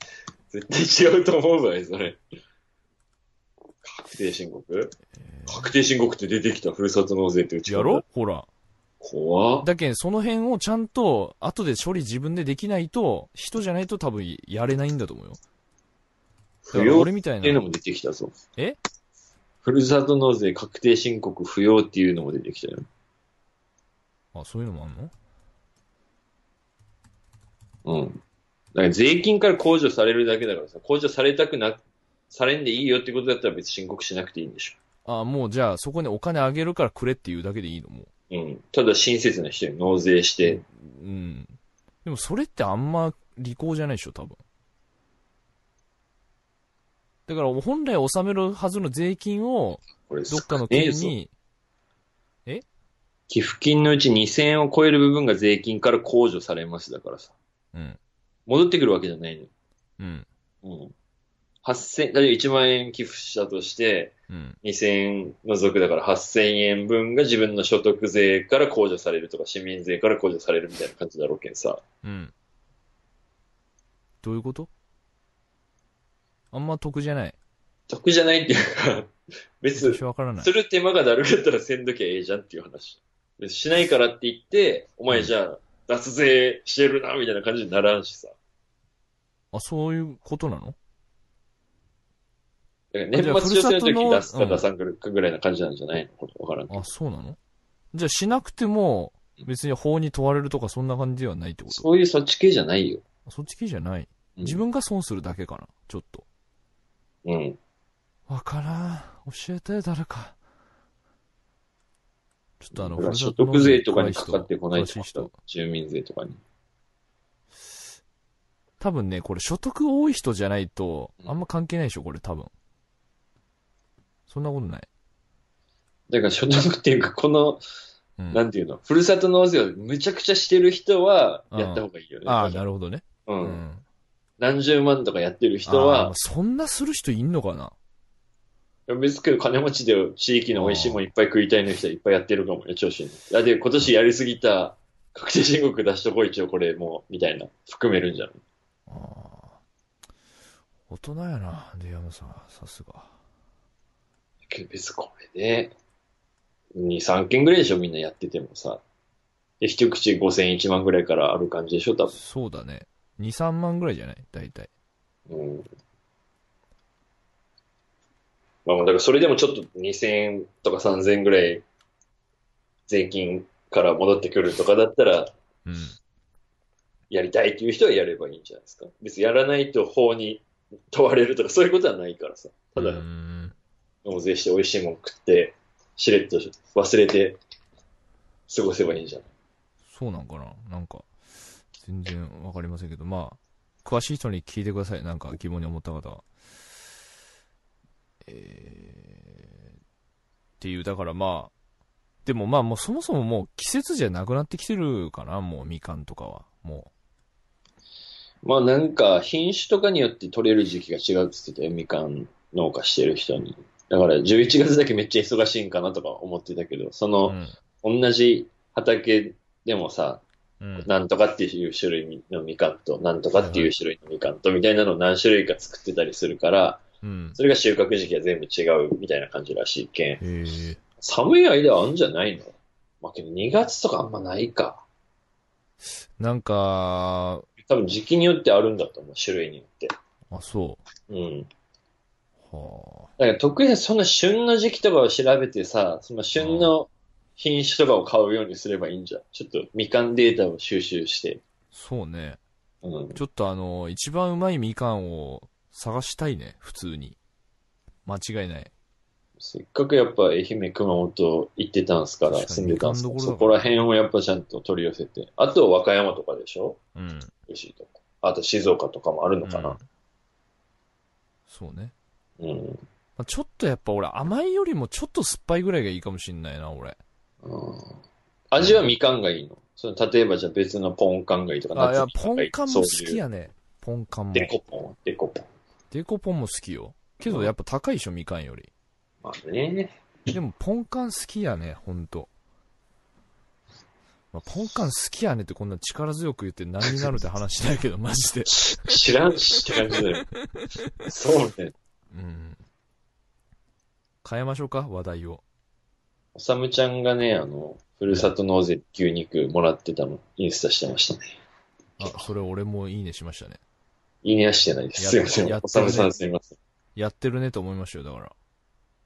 Speaker 3: 絶対違うと思うぞ、それ。確定申告確定申告って出てきた、ふるさと納税ってうち
Speaker 1: やろほら。
Speaker 3: 怖っ
Speaker 1: だけん、その辺をちゃんと、後で処理自分でできないと、人じゃないと多分やれないんだと思うよ。だ
Speaker 3: 不
Speaker 1: から、
Speaker 3: 要
Speaker 1: 俺
Speaker 3: っ
Speaker 1: みたい
Speaker 3: ていうの
Speaker 1: な。
Speaker 3: も出てきたぞ。
Speaker 1: え
Speaker 3: ふるさと納税確定申告不要っていうのも出てきたよ。
Speaker 1: あ、そういうのもあんの
Speaker 3: うん。だから税金から控除されるだけだからさ、控除されたくな、されんでいいよってことだったら別に申告しなくていいんでし
Speaker 1: あ、もうじゃあ、そこにお金あげるからくれっていうだけでいいのもう。
Speaker 3: ょ。うん。ただ親切な人に納税して、
Speaker 1: うん。でも、それってあんま利口じゃないでしょ、多分。だから、本来納めるはずの税金を、
Speaker 3: これ
Speaker 1: どっかの
Speaker 3: ねえ
Speaker 1: 県
Speaker 3: ぞ
Speaker 1: に、
Speaker 3: 寄付金のうち2000円を超える部分が税金から控除されますだからさ。
Speaker 1: うん、
Speaker 3: 戻ってくるわけじゃないのよ。
Speaker 1: うん、
Speaker 3: うん。8000、例えば1万円寄付したとして、
Speaker 1: うん、
Speaker 3: 2000円除くだから8000円分が自分の所得税から控除されるとか、市民税から控除されるみたいな感じだろうけんさ。
Speaker 1: うん。どういうことあんま得じゃない。
Speaker 3: 得じゃないっていうか、別に
Speaker 1: 私わからない
Speaker 3: す。る手間がだるかったらせんどきゃええじゃんっていう話。でしないからって言って、お前じゃあ、脱税してるな、みたいな感じにならんしさ。
Speaker 1: あ、そういうことなの
Speaker 3: だから年末調整の時
Speaker 1: じゃあ
Speaker 3: 出すか
Speaker 1: ふる
Speaker 3: 出
Speaker 1: さ
Speaker 3: さんかぐらいな感じなんじゃないのこれわからんけど
Speaker 1: あ、そうなのじゃあしなくても、別に法に問われるとかそんな感じではないってこと
Speaker 3: そういうそっち系じゃないよ。
Speaker 1: そっち系じゃない。
Speaker 3: うん
Speaker 1: 自分が損するだけかな、ちょっと。
Speaker 3: うん。
Speaker 1: わからん。教えて、誰か。ちょっとあの、
Speaker 3: だから
Speaker 1: ふ
Speaker 3: 所
Speaker 1: るさと納
Speaker 3: 得税とかに
Speaker 1: 詳し
Speaker 3: か
Speaker 1: 人
Speaker 3: かってこない
Speaker 1: 詳
Speaker 3: と
Speaker 1: し
Speaker 3: か
Speaker 1: い人。
Speaker 3: 住民税とかに。
Speaker 1: 多分ね、これ所得多い人じゃないと、
Speaker 3: うん
Speaker 1: あんま関係ないでしょ、これ多分。そんなことない。
Speaker 3: だから所得っていうか、この、
Speaker 1: うん。
Speaker 3: なんていうの、ふるさと納税をむちゃくちゃしてる人は、やった方がいいよね。
Speaker 1: ああ、なるほどね。
Speaker 3: う。
Speaker 1: うんん。
Speaker 3: 何十万とかやってる人
Speaker 1: あー
Speaker 3: は、
Speaker 1: そんなする人いんのかな
Speaker 3: 別に金持ちで地域の美味しいもんいっぱい食いたいの人はいっぱいやってるかもね、調子に。あ、で、今年やりすぎた確定申告出しとこう一応これもう、みたいな、含めるんじゃん。
Speaker 1: あー大人やな、ディアムさん。さすが。
Speaker 3: けど別にこれで、2、3件ぐらいでしょ、みんなやっててもさ。で、一口5000、1万ぐらいからある感じでしょ、多分。
Speaker 1: そうだね。2、3万ぐらいじゃない大体。
Speaker 3: うん。まあ、だからそれでもちょっと2000円とか3000円ぐらい税金から戻ってくるとかだったら、
Speaker 1: うん。
Speaker 3: やりたいっていう人はやればいいんじゃないですか。別にやらないと法に問われるとかそういうことはないからさ。ただ
Speaker 1: うー、ん
Speaker 3: 納税して美味しいもん食って、しれっと忘れて過ごせばいいんじゃない
Speaker 1: そうなんかななんか、全然わかりませんけど、まあ、詳しい人に聞いてください。なんか疑問に思った方は。えー、っていう、だからまあ、でもまあもうそもそももう季節じゃなくなってきてるかなもうみかんとかは。も。
Speaker 3: まあなんか品種とかによって取れる時期が違うって言ってたよ、みかん農家してる人に。だから11月だけめっちゃ忙しいんかなとか思ってたけど、そうの
Speaker 1: うん。
Speaker 3: 同じ畑でもさ、
Speaker 1: うん。
Speaker 3: なんとかっていう種類のみかんと、なんとかっていう種類のみかんとみたいなのを何種類か作ってたりするから、
Speaker 1: うん。
Speaker 3: それが収穫時期が全部違うみたいな感じらしいけん。
Speaker 1: へー
Speaker 3: 寒い間はあんじゃないのまあけど2月とかあんまないか。
Speaker 1: なんか、
Speaker 3: 多分時期によってあるんだと思う、種類によって。
Speaker 1: あ、そ
Speaker 3: うん。
Speaker 1: う。は
Speaker 3: だから特にそんな旬の時期とかを調べてさ、その旬の品種とかを買うようにすればいいんじゃん。ちょっとみかんデータを収集して。
Speaker 1: あ。そうね。
Speaker 3: うん。
Speaker 1: ちょっとあの、一番うまいみかんを探したいね。普通に。間違いない。
Speaker 3: せっかくやっぱ愛媛、熊本行ってたんすから、
Speaker 1: 確かに
Speaker 3: 住んでたんすか
Speaker 1: み
Speaker 3: ら、
Speaker 1: かんど
Speaker 3: そ
Speaker 1: こ
Speaker 3: こ
Speaker 1: ろだ
Speaker 3: ら辺をやっぱちゃんと取り寄せて。あと和歌山とかでしょ
Speaker 1: うん。
Speaker 3: 美味しいとこ。あと静岡とかもあるのか
Speaker 1: うん
Speaker 3: な。
Speaker 1: そうね。
Speaker 3: うん。
Speaker 1: まあちょっとやっぱ俺甘いよりもちょっと酸っぱいぐらいがいいかもしんないな、俺。
Speaker 3: うん味はみかんがいいのその例えばじゃあ別のポンカンがいいとか、
Speaker 1: あ、いや
Speaker 3: 夏、みか
Speaker 1: ポ
Speaker 3: んがい
Speaker 1: ン
Speaker 3: い
Speaker 1: カンも好きやね。ポンカンも。
Speaker 3: そういうデコポン、デコポン。
Speaker 1: デコポンも好きよ。けどやっぱ高いでしょ、みかんより。
Speaker 3: まあね。
Speaker 1: でもポンカン好きやね、ほんと。まあ、ポンカン好きやねってこんな力強く言って何になるって話だけ ど、マジで。
Speaker 3: 知らんしって感 じだよ。そうね。
Speaker 1: うん。変えましょうか、話題を。
Speaker 3: おさむちゃんがね、あの、ふるさと納税牛肉もらってたの、インスタしてましたね。
Speaker 1: あ、それ俺もいいねしましたね。
Speaker 3: いいねはしてないです。すい
Speaker 1: やっ
Speaker 3: ませ
Speaker 1: や
Speaker 3: ん。
Speaker 1: っ
Speaker 3: お
Speaker 1: て
Speaker 3: さ
Speaker 1: るね
Speaker 3: むさんすいません。
Speaker 1: やってるねと思いましたよ、だから。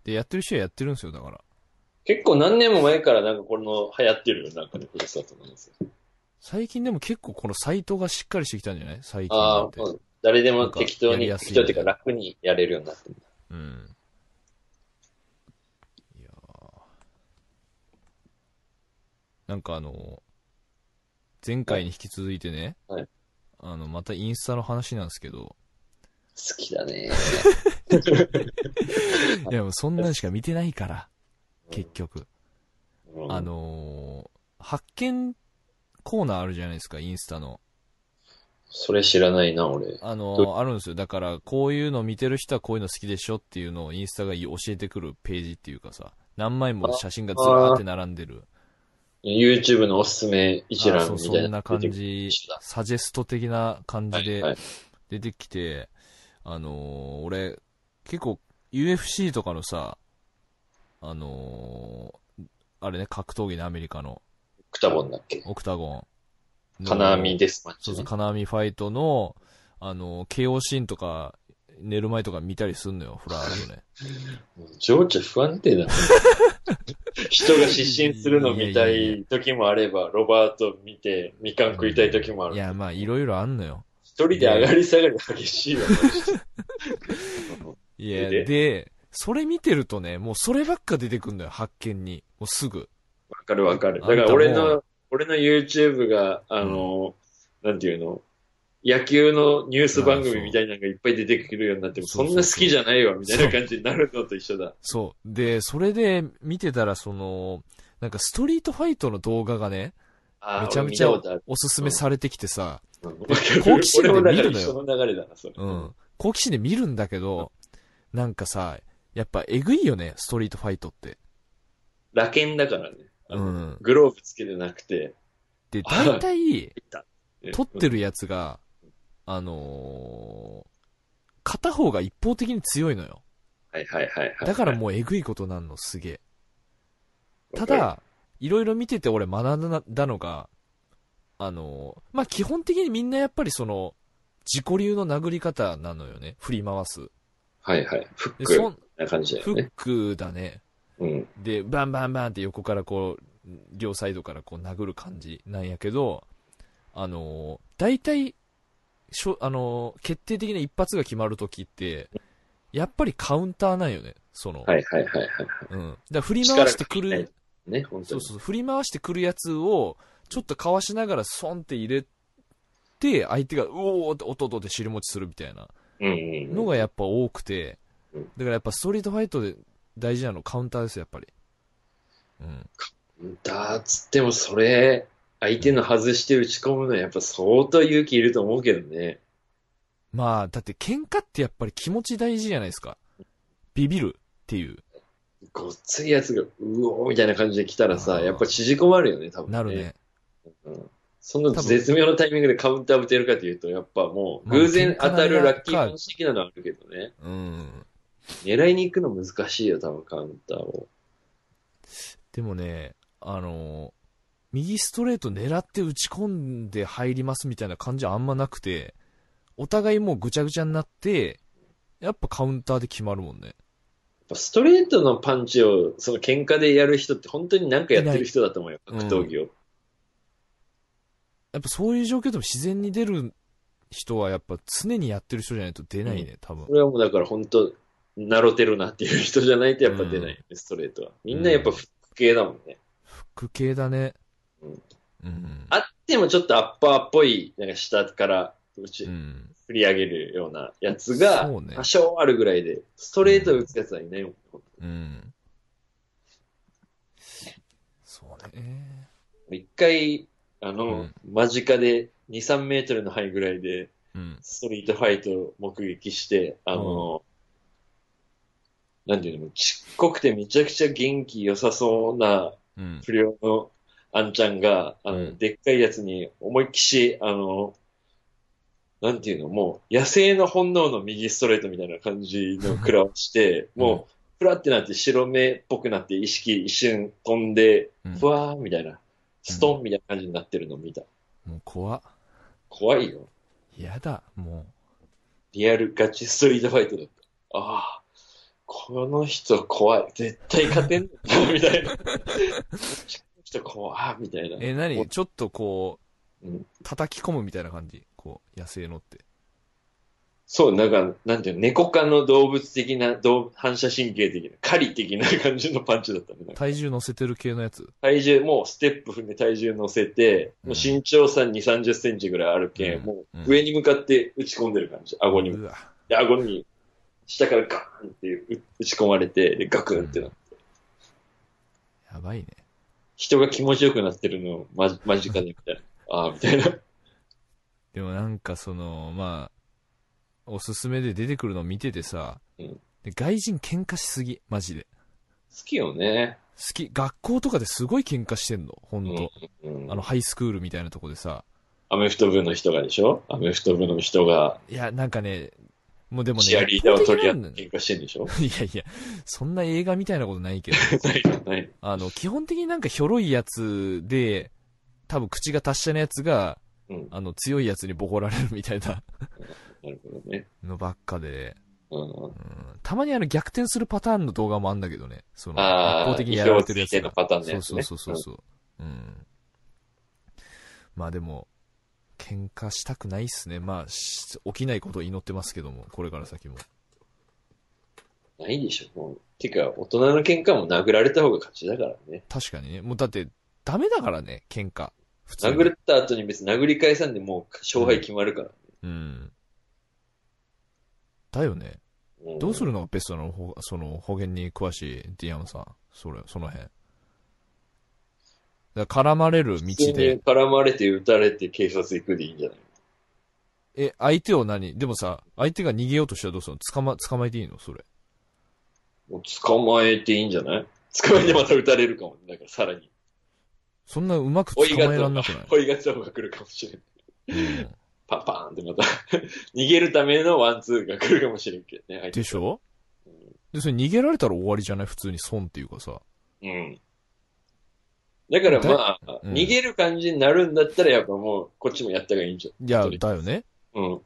Speaker 1: で、やってる人はやってるんですよ、だから。
Speaker 3: 結構何年も前からなんかこの流行ってるよ、なんかね、ふるさと納税。
Speaker 1: 最近でも結構このサイトがしっかりしてきたんじゃない最近だ
Speaker 3: あ
Speaker 1: って
Speaker 3: あ、。うん誰で
Speaker 1: な
Speaker 3: も
Speaker 1: んか
Speaker 3: 適当
Speaker 1: やり
Speaker 3: に、
Speaker 1: やすい
Speaker 3: 適当っていうか楽にやれるようになってる。
Speaker 1: うん。いやーなんかあの、前回に引き続いてね、
Speaker 3: はい
Speaker 1: あの、またインスタの話なんですけど、
Speaker 3: 好きだね。
Speaker 1: いやもうそんなんしか見てないから、結局。
Speaker 3: うん
Speaker 1: あ、のー発見コーナーあるじゃないですか、インスタの。
Speaker 3: それ知らないな、俺。
Speaker 1: あのーあるんですよ。だから、こういうの見てる人はこういうの好きでしょっていうのをインスタが教えてくるページっていうかさ、何枚も写真がずらーって並んでる。
Speaker 3: YouTube のおすすめ一
Speaker 1: あ
Speaker 3: 覧
Speaker 1: そう
Speaker 3: み
Speaker 1: そ
Speaker 3: たいな。
Speaker 1: んな感じ
Speaker 3: 一覧、
Speaker 1: サジェスト的な感じ
Speaker 3: はいは
Speaker 1: で出
Speaker 3: い
Speaker 1: てきて、あのー俺、結構 UFC とかのさ、あのーあれね、格闘技ね、アメリカの、
Speaker 3: クタボンだっけ
Speaker 1: オクタゴン。
Speaker 3: 金網です、マッチ
Speaker 1: そう
Speaker 3: ね
Speaker 1: そう、金網ファイトの、あの、KO シーンとか、寝る前とか見たりすんのよ、フラーとね。
Speaker 3: 情緒不安 定だね。人が失神するの見たい時もあれば、ロバート見て、みかん食いたい時もあ
Speaker 1: い
Speaker 3: る。
Speaker 1: や、まあ、いろいろあんのよ。
Speaker 3: 一人で上がり下がり激しいよ。
Speaker 1: いや、
Speaker 3: で
Speaker 1: で、それ見てるとね、もうそればっか出てくんのよ、発見に。もうすぐ。
Speaker 3: わかるわかる。だ
Speaker 1: あん
Speaker 3: か
Speaker 1: たも
Speaker 3: ら俺の、俺の YouTube が、あの、なんていうの、野球のニュース番組みたいなのがいっぱい出てくるようになっても、
Speaker 1: そ
Speaker 3: そう
Speaker 1: そうん
Speaker 3: な好きじゃないわ、みたいな感じになるのと一緒だ。
Speaker 1: そう。で、それで見てたら、その、なんかストリートファイトの動画がね、
Speaker 3: あー
Speaker 1: めちゃめちゃ
Speaker 3: 俺見たことある
Speaker 1: おすすめされてきてさ、
Speaker 3: うん
Speaker 1: 好奇心で
Speaker 3: 俺もだ
Speaker 1: 見
Speaker 3: か
Speaker 1: る
Speaker 3: ら
Speaker 1: のよ
Speaker 3: 一緒の流れだな、それ。
Speaker 1: うん。好奇心で見るんだけど、なんかさ、やっぱえぐいよね、ストリートファイトって。
Speaker 3: ラケンだからね。あ
Speaker 1: う
Speaker 3: の
Speaker 1: ん。
Speaker 3: グローブつけてなくて、
Speaker 1: で、大体、
Speaker 3: ね
Speaker 1: 撮ってるやつが、あのー片方が一方的に強いのよ。
Speaker 3: はいはいはいはい。
Speaker 1: だからもうえぐいことなんの、すげえ。
Speaker 3: う
Speaker 1: た、だ、いろいろ見てて俺学んだのが、あのーまあ、基本的にみんなやっぱりその、自己流の殴り方なのよね。振り回す。
Speaker 3: はいはい。フッ
Speaker 1: で、
Speaker 3: ク
Speaker 1: そ
Speaker 3: み
Speaker 1: ん、
Speaker 3: たいな感じだ
Speaker 1: フ
Speaker 3: よ
Speaker 1: ッ
Speaker 3: ね。
Speaker 1: クだね。
Speaker 3: うん。
Speaker 1: で、バンバンバンって横からこう、両サイドからこう殴る感じなんやけど、あのー、大体、しょ、あのー、決定的な一発が決まるときって、やっぱりカウンターなんよね、その。
Speaker 3: はいはいはいはい。
Speaker 1: うん。だから振り回してく
Speaker 3: 力が
Speaker 1: る、
Speaker 3: ね、本当
Speaker 1: そう
Speaker 3: に。
Speaker 1: そう、振り回してくるやつを、ちょっとかわしながらソンって入れて、相手がうおーって音で尻餅するみたいな
Speaker 3: うんうんうん。
Speaker 1: のがやっぱ多くて
Speaker 3: うん、
Speaker 1: だからやっぱストリートファイトで大事なのカウンターですよ、やっぱり。うん。
Speaker 3: だっつってもそれ、相手の外して打ち込むのはやっぱ相当勇気いると思うけどね。
Speaker 1: まあ、だって喧嘩ってやっぱり気持ち大事じゃないですか。ビビるっていう。
Speaker 3: ごっついやつが、うおーみたいな感じで来たら
Speaker 1: あ
Speaker 3: さ、
Speaker 1: ー
Speaker 3: やっぱ縮こまるよね、多分ね。
Speaker 1: なるね。
Speaker 3: うん。その絶妙なタイミングでカウンター打てるかというと、やっぱもう、
Speaker 1: まあ
Speaker 3: 偶然当
Speaker 1: 喧嘩
Speaker 3: た
Speaker 1: な
Speaker 3: る
Speaker 1: ら
Speaker 3: ラッキー本式なのはあるけどね。
Speaker 1: うん。
Speaker 3: 狙いに行くの難しいよ、多分カウンターを。
Speaker 1: でもね、あの、右ストレート狙って打ち込んで入りますみたいな感じはあんまなくて、お互いもうぐちゃぐちゃになって、やっぱカウンターで決まるもんね。
Speaker 3: やっぱストレートのパンチを、その喧嘩でやる人って本当に何かやってる人だと思うよ、
Speaker 1: いない
Speaker 3: 格闘技を。
Speaker 1: やっぱそういう状況でも自然に出る人はやっぱ常にやってる人じゃないと出ないね、多分
Speaker 3: こ。れはもうだから本当、なろてるなっていう人じゃないとやっぱ出ないよね、ストレートは。みんなやっぱフック系だもんね。
Speaker 1: 苦系だね
Speaker 3: うん。
Speaker 1: うん。
Speaker 3: あってもちょっとアッパーっぽい、なんか下から打ち
Speaker 1: うん。
Speaker 3: 振り上げるようなやつが
Speaker 1: そうね、
Speaker 3: 多少あるぐらいで、ストレート打つやつはいないもん、
Speaker 1: うん。そうね。
Speaker 3: 一回、あ
Speaker 1: う
Speaker 3: の
Speaker 1: ん、
Speaker 3: 間近で2、3メートルの範囲ぐらいで、
Speaker 1: うん。
Speaker 3: ストリートファイトを目撃して、あの、なんていうの、ちっこくてめちゃくちゃ元気良さそうな
Speaker 1: うん。
Speaker 3: 不良のあんちゃんが、あの、
Speaker 1: うん
Speaker 3: でっかいやつに思いっきし、あの、なんていうの、もう、野生の本能の右ストレートみたいな感じの食らわして、
Speaker 1: うん
Speaker 3: もう、ふらってなって白目っぽくなって意識一瞬飛んで、
Speaker 1: うん
Speaker 3: ふわーみたいな、ストンみたいな感じになってるのを見た。
Speaker 1: もう怖っ
Speaker 3: 怖いよ。
Speaker 1: やだ、も
Speaker 3: リアルガチストリートファイトだった。ああ、この人怖い。絶対勝てんのみたいな。この人怖い。ああ、みたいな
Speaker 1: う。。え、なにちょっとこう
Speaker 3: うん、
Speaker 1: 叩き込むみたいな感じこう、野生のって。
Speaker 3: そう、なんか、なんていうの、猫科の動物的な、動反射神経的な、狩り的な感じのパンチだったね。なんか
Speaker 1: 体重乗せてる系のやつ。
Speaker 3: 体重、もうステップ踏んで体重乗せて、
Speaker 1: うん
Speaker 3: もう身長差2、30センチぐらいあるけ
Speaker 1: う
Speaker 3: ん、
Speaker 1: ん
Speaker 3: も
Speaker 1: うん
Speaker 3: う上に向かって打ち込んでる感じ。顎に向か
Speaker 1: うわ。
Speaker 3: って。で顎に、下からガーンって打打ち込まれて、でガクンってなって。
Speaker 1: やばいね。
Speaker 3: 人が気持ちよくなってるのを間間近で見たいな。ああ、みたいな。
Speaker 1: でもなんかその、まあ、おすすめで出てくるの見ててさ、
Speaker 3: うん
Speaker 1: で外人喧嘩しすぎ、マジで。
Speaker 3: 好きよね。
Speaker 1: 好き、学校とかですごい喧嘩してんの、ほんと。
Speaker 3: うん
Speaker 1: あの、ハイスクールみたいなとこでさ。
Speaker 3: アメフト部の人がでしょアメフト部の人が、
Speaker 1: いや、なんかね、もうでもね、
Speaker 3: チアリーダーを取り合っ
Speaker 1: 一方
Speaker 3: て
Speaker 1: 的
Speaker 3: 喧嘩してんでしょ
Speaker 1: なんだいやいや、そんな映画みたいなことないけど、
Speaker 3: ないない。
Speaker 1: あの、基本的になんかひょろいやつで、多分口が達者なやつが、
Speaker 3: うん。
Speaker 1: あの、強いやつにボコられるみたいな
Speaker 3: なるほどね。
Speaker 1: のばっかで、
Speaker 3: うん。
Speaker 1: うん、たまにあの逆転するパターンの動画もあんだけどね、その、
Speaker 3: あー意表をついてのパターンの
Speaker 1: そ
Speaker 3: や
Speaker 1: う
Speaker 3: つ
Speaker 1: そう
Speaker 3: ね
Speaker 1: そうそうそう。うん。まあでも、喧嘩したくないっすね。まあ、し起きないことを祈ってますけども、これから先も。
Speaker 3: ないでしょ、もう。てか、大人の喧嘩も殴られた方が勝ちだからね。
Speaker 1: 確かにね。もうだって、ダメだからね、喧嘩。普通に。
Speaker 3: 殴った後に別に殴り返さんでもう勝敗決まるから。
Speaker 1: うん。だよね。
Speaker 3: ん
Speaker 1: どうするのがベストなのほその、方言に詳しいディアンさん。それ、その辺。だから絡まれる道
Speaker 3: 普通
Speaker 1: で
Speaker 3: に。絡まれて撃たれて警察行くでいいんじゃない
Speaker 1: え、相手を何でもさ、相手が逃げようとしたらどうするの捕ま、捕まえていいのそれ。
Speaker 3: もう捕まえていいんじゃない捕まえてまた撃たれるかも、ね。だからさらに。
Speaker 1: そんなうまく捕
Speaker 3: 追いが
Speaker 1: まえらんなく ない
Speaker 3: 追いがつが来るかもしれん。
Speaker 1: うん
Speaker 3: パンパーンってまた、 逃げるためのワンツーが来るかもしれんけどね。
Speaker 1: で
Speaker 3: 相手
Speaker 1: しょで、それ逃げられたら終わりじゃない普通に損っていうかさ。
Speaker 3: うん。だからまあ、
Speaker 1: うん
Speaker 3: 逃げる感じになるんだったらやっぱもう、こっちもやった方がいいんじゃん。
Speaker 1: いや、
Speaker 3: それ
Speaker 1: だよね。
Speaker 3: うん。